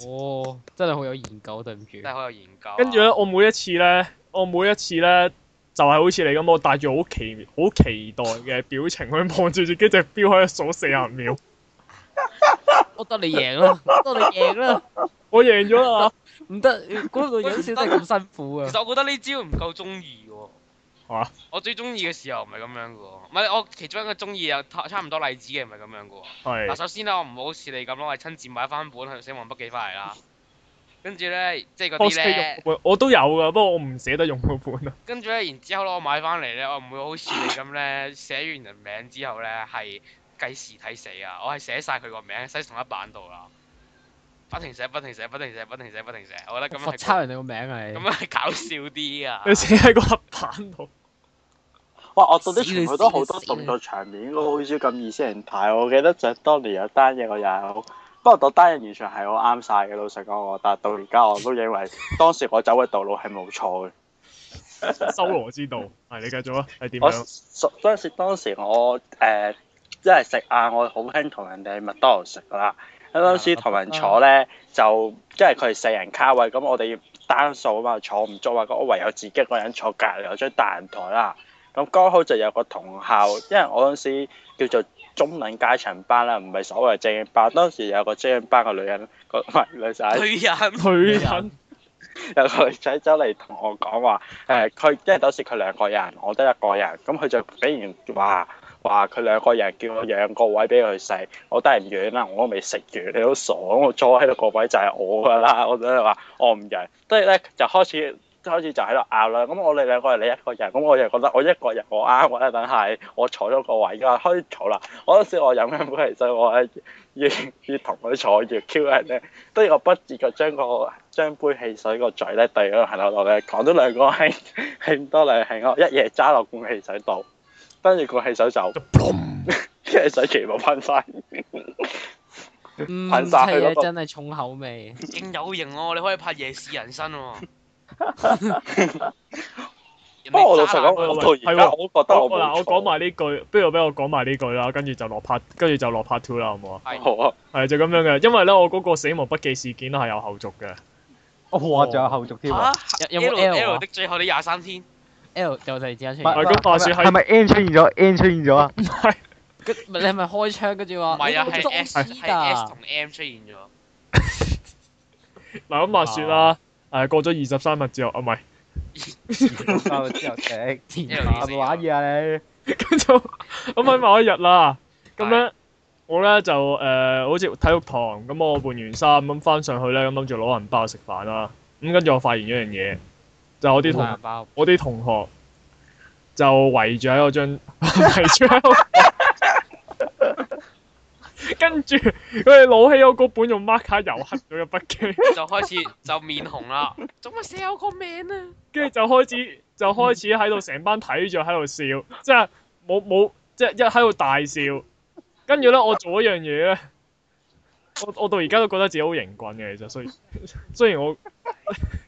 Speaker 4: 哦，真係好有研究，對唔住
Speaker 3: 真。係好有研究啊。
Speaker 1: 跟住
Speaker 2: 哦
Speaker 1: 咧，我每一次咧，我每一次咧，就係、好似你咁，我帶住好期好期待嘅表情去望住自己隻表喺度數四十秒，
Speaker 4: 我得你贏啦，得你贏啦，
Speaker 1: 我贏咗 啦！
Speaker 4: 唔得嗰個影笑得咁辛苦啊
Speaker 3: 其！實我覺得呢招唔夠中意喎。
Speaker 1: 係嘛
Speaker 3: 我最中意嘅時候唔係咁樣嘅喎，唔係我其中一個中意有差差唔多例子嘅唔係咁樣嘅喎。嗱，
Speaker 1: 係
Speaker 3: 首先咧，我唔好好似你咁咯，我係親自買翻本《死亡筆記》翻嚟啦。跟住咧，即係嗰
Speaker 1: p o
Speaker 3: 啲
Speaker 1: s t 用
Speaker 3: 咧，
Speaker 1: 本我都有噶，不過我唔捨得用嗰本啊。
Speaker 3: 跟住咧，然之後咧，我買翻嚟咧，我唔會好似你咁咧，寫完人名之後咧係計時睇死啊，我係寫晒佢個名喺同一版度啦，不停寫，不停寫，不停寫，不停寫，不停寫，我覺得咁樣
Speaker 4: 罰
Speaker 3: 係
Speaker 4: 抄人哋個名啊你
Speaker 3: 咁！樣係搞笑啲啊
Speaker 1: 你！寫喺個黑板度，
Speaker 2: 哇！我到啲全部都好多動作場面，應該好少咁易先人睇。我記得就係當年有單嘢我又係好，不過嗰單嘢完全係我啱晒嘅。老實講，我覺得到而家我都認為當時我走嘅道路係冇錯嘅。
Speaker 1: 修羅之 道。係你繼續啊，係點
Speaker 2: 我
Speaker 1: 樣？
Speaker 2: 所嗰陣時，當時我誒即係食晏，我好興同人哋麥當勞食啦。咁嗰陣
Speaker 1: 啊
Speaker 2: 時同人坐咧，就即係佢係四人卡位，咁我哋要單數啊嘛，坐唔足啊，咁我唯有自己一個人坐隔離有張大人台啦。咁剛好就有個同校，因為我嗰陣時叫做中等階層班啦，唔係所謂精英班。當時有個精英班嘅女人，個唔係女仔。
Speaker 3: 女人
Speaker 1: 女人
Speaker 2: 有個女仔走嚟同我講話，誒、佢即係當時佢兩個人，我得一個人，咁佢就竟然話話佢兩個人叫我讓個位俾佢食，我都係唔讓啦，我都未食完，你都傻，我坐喺度個位就係我㗎啦，我真係話我唔讓，跟住咧就開始。開始就喺度拗啦，咁我哋兩個係你一個人，咁我就覺得我一個人我啱我啦，等係我坐咗個位㗎，開始嘈啦。我嗰時我飲緊杯汽水，我係越越同佢坐越 Q 人咧，跟住我不自覺將個將杯汽水個嘴咧對咗喺度咧，講咗兩個 興興多兩興咯，一夜揸落罐汽水度，跟住罐汽水就啲汽水全部噴晒。
Speaker 4: 唔
Speaker 2: 噴晒佢
Speaker 4: 係
Speaker 2: 嗰
Speaker 4: 啊，
Speaker 2: 個
Speaker 4: 真係重口味。
Speaker 3: 勁有型喎，你可以拍夜市人生喎。人哋
Speaker 2: 不過我老實
Speaker 3: 渣男
Speaker 2: 講，
Speaker 3: 喎
Speaker 2: 我到而家我都覺得
Speaker 1: 我
Speaker 2: 我冇
Speaker 1: 嗱，我講
Speaker 2: 錯。
Speaker 1: 埋呢句，不如俾我講埋呢句啦，跟住就落 part，跟住就落 part two 啦，好唔好啊？
Speaker 3: 係
Speaker 2: 好啊，
Speaker 1: 係就咁樣嘅，因為咧我嗰個死亡筆記事件咧係有後續嘅。
Speaker 5: 哇！仲有後續添啊！
Speaker 4: 有有冇
Speaker 3: L-
Speaker 4: L 啊
Speaker 3: L 的最後啲廿三天，
Speaker 4: L 就突然之間出
Speaker 5: 唔係
Speaker 1: 係
Speaker 4: 現，
Speaker 1: 咁話說係
Speaker 5: 係咪 N 出現咗？N 出現咗啊！
Speaker 4: 跟唔係你係咪開槍跟住
Speaker 3: 唔
Speaker 4: 話？
Speaker 3: 係啊，
Speaker 4: 你
Speaker 3: 係
Speaker 4: 做
Speaker 3: S
Speaker 4: 乜
Speaker 3: 係 S 同 M 出現咗，
Speaker 1: 嗱咁話說啦，
Speaker 2: 啊
Speaker 1: 誒過咗二十三日之後，啊唔係。
Speaker 5: 翻去之後
Speaker 3: L
Speaker 4: 㗎
Speaker 5: 食，係咪玩嘢啊你？
Speaker 1: 跟住我 咁喺某一日啦，咁咧我咧就誒、呃好似體育堂咁，我換完衫咁翻上去咧，咁諗住攞銀包去食飯啦。咁跟住我發現一樣嘢，就係我啲同
Speaker 4: 銀包
Speaker 1: 我啲同學就圍住喺我張 圍住喺我，跟住佢哋攞起我嗰本用 marker 油黑咗嘅筆記，
Speaker 3: 就開始就面紅啦。做乜寫我個名啊？
Speaker 1: 跟住就開始就開始喺度成班睇住喺度笑，即係冇冇即係一喺度大笑。跟住咧，我做一樣嘢咧，我我到而家都覺得自己好型棍嘅，其實雖然雖然我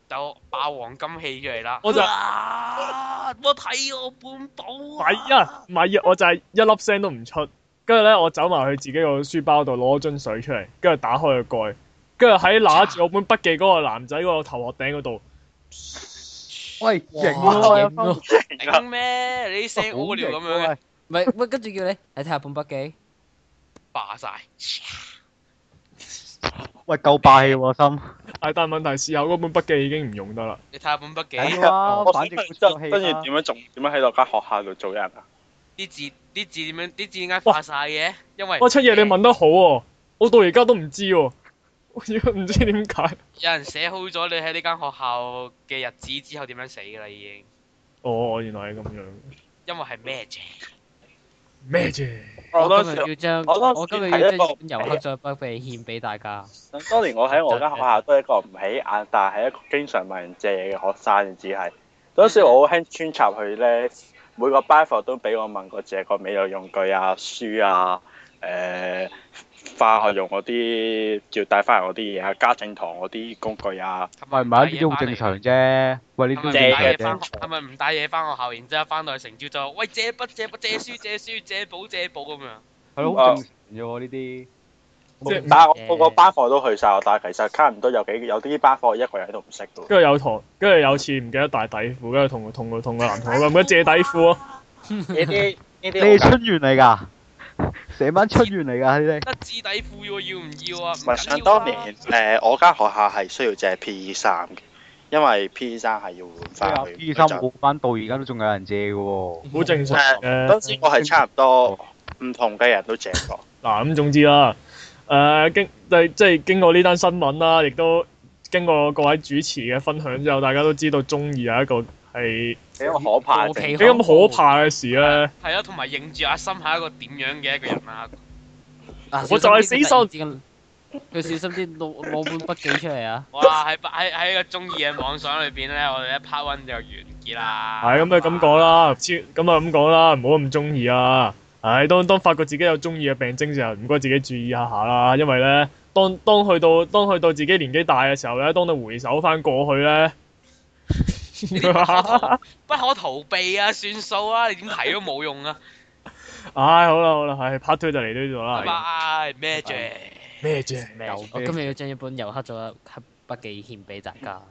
Speaker 3: 就霸王金氣出嚟啦。
Speaker 1: 我就
Speaker 3: 啊我睇我本簿
Speaker 1: 唔
Speaker 3: 啊！
Speaker 1: 係啊，唔係啊，我就係一粒聲都唔出。跟住咧，我走埋去自己個書包度攞樽水出嚟，跟住打開個蓋，跟住喺揦住我本筆記嗰個男仔個頭殼頂嗰度，
Speaker 5: 喂，
Speaker 4: 哇
Speaker 5: 型喎，
Speaker 4: 型喎
Speaker 3: 頂咩？你啲聲屙尿咁樣嘅，
Speaker 4: 唔係喂，跟住叫你你睇下本筆記，
Speaker 3: 霸晒。
Speaker 5: 喂，夠霸氣喎心。
Speaker 1: 但但問題事後嗰本筆記已經唔用得啦。
Speaker 3: 你睇下本筆記，
Speaker 5: 緊要啊，
Speaker 2: 我
Speaker 5: 反
Speaker 2: 想
Speaker 5: 正
Speaker 2: 問
Speaker 5: 都
Speaker 2: 真
Speaker 5: 氣
Speaker 2: 真
Speaker 5: 啦
Speaker 2: 要。點樣做？點樣喺落間學校度做人啊？
Speaker 3: 啲字啲字點樣？啲字點解化晒嘅？因為
Speaker 1: 哇，七爺你問得好喎、我到而家都唔知喎、我而家唔知點解。
Speaker 3: 有人寫好咗你喺呢間學校嘅日子之後點樣死㗎啦已經，
Speaker 1: 哦，原來係咁樣。
Speaker 3: 因為係咩啫？
Speaker 1: 咩啫？
Speaker 2: 我
Speaker 4: 我
Speaker 2: 當
Speaker 4: 今
Speaker 2: 時
Speaker 4: 日要將
Speaker 2: 我當時
Speaker 4: 我今日
Speaker 2: 睇
Speaker 4: 要
Speaker 2: 一
Speaker 4: 將
Speaker 2: 個
Speaker 4: 本遊客再筆記獻俾大家。
Speaker 2: 想當年我喺我間學校都係一個唔起眼，但係一個經常問人借嘅學生，只係嗰時我好興穿插佢咧，每個班課都俾我問過借個美術用具啊、書啊、誒、化學用嗰啲要帶翻嚟嗰啲嘢啊、家政堂嗰啲工具啊，
Speaker 3: 係咪
Speaker 5: 喂，唔係啊呢啲好正常啫。喂，呢
Speaker 3: 係咪
Speaker 5: 啲好
Speaker 3: 唔
Speaker 5: 正
Speaker 3: 帶嘢
Speaker 5: 常
Speaker 3: 翻
Speaker 5: 啫。
Speaker 3: 學？係咪唔帶嘢翻學校？然之後翻到去成朝就喂借筆借筆借書借書借簿借簿咁樣。
Speaker 5: 係咯，好正常啫喎呢啲。
Speaker 1: 即係
Speaker 2: 但係我個個班課都去晒喎，但係其實差唔多有幾有啲班課我一個人都唔識嘅喎。
Speaker 1: 跟住有堂，跟住有次唔記得帶底褲，跟住同同同同個男同學咁樣借底褲啊。
Speaker 2: 呢啲呢
Speaker 5: 你係春園嚟㗎，成班春園嚟㗎呢啲。
Speaker 3: 得紙底褲喎，要唔要啊？唔
Speaker 2: 唔係想
Speaker 3: 緊要
Speaker 2: 當
Speaker 3: 啊！
Speaker 2: 年誒、我間學校係需要借 P.E. 衫嘅，因為 P.E. 衫係要換翻去。
Speaker 5: 醫生嗰班到而家都仲有人借嘅喎。
Speaker 1: 好正常
Speaker 2: 誒，
Speaker 1: 嘅。
Speaker 2: 當時我係差唔多唔同嘅人都借過。
Speaker 1: 嗱咁總之啦，誒、經即係即係經過呢單新聞啦，亦都經過各位主持嘅分享之後，大家都知道中意有一個係
Speaker 2: 幾咁可怕
Speaker 4: 我
Speaker 2: 嘅
Speaker 4: 企
Speaker 1: 幾咁可怕嘅事咧。
Speaker 3: 係啊，同埋認住阿森係一個點樣嘅一個人 啊！
Speaker 4: 嗱
Speaker 1: 我就係死
Speaker 4: 小心啲佢突然之間佢小心啲攞攞本筆記出嚟啊！
Speaker 3: 哇，喺喺喺個中意嘅妄想裏邊咧，我哋一 part one 就完結啦。
Speaker 1: 係咁就咁講。啦，切咁啊咁講啦，唔好咁中意啊！唉，當當發覺自己有中意嘅病徵時候，唔該自己注意下下啦，因為咧，當當去到當去到自己年紀大嘅時候咧，當你回首翻過去 咧，
Speaker 3: 不可逃避啊，算數啊，你點睇都冇用啊。
Speaker 1: 唉，好啦好啦，唉，part two 就嚟到呢度
Speaker 3: 拜
Speaker 1: 啦，
Speaker 3: 拜，咩啫？
Speaker 1: 咩啫？
Speaker 5: 有
Speaker 4: 我今日要將一本遊客做筆記獻俾大家。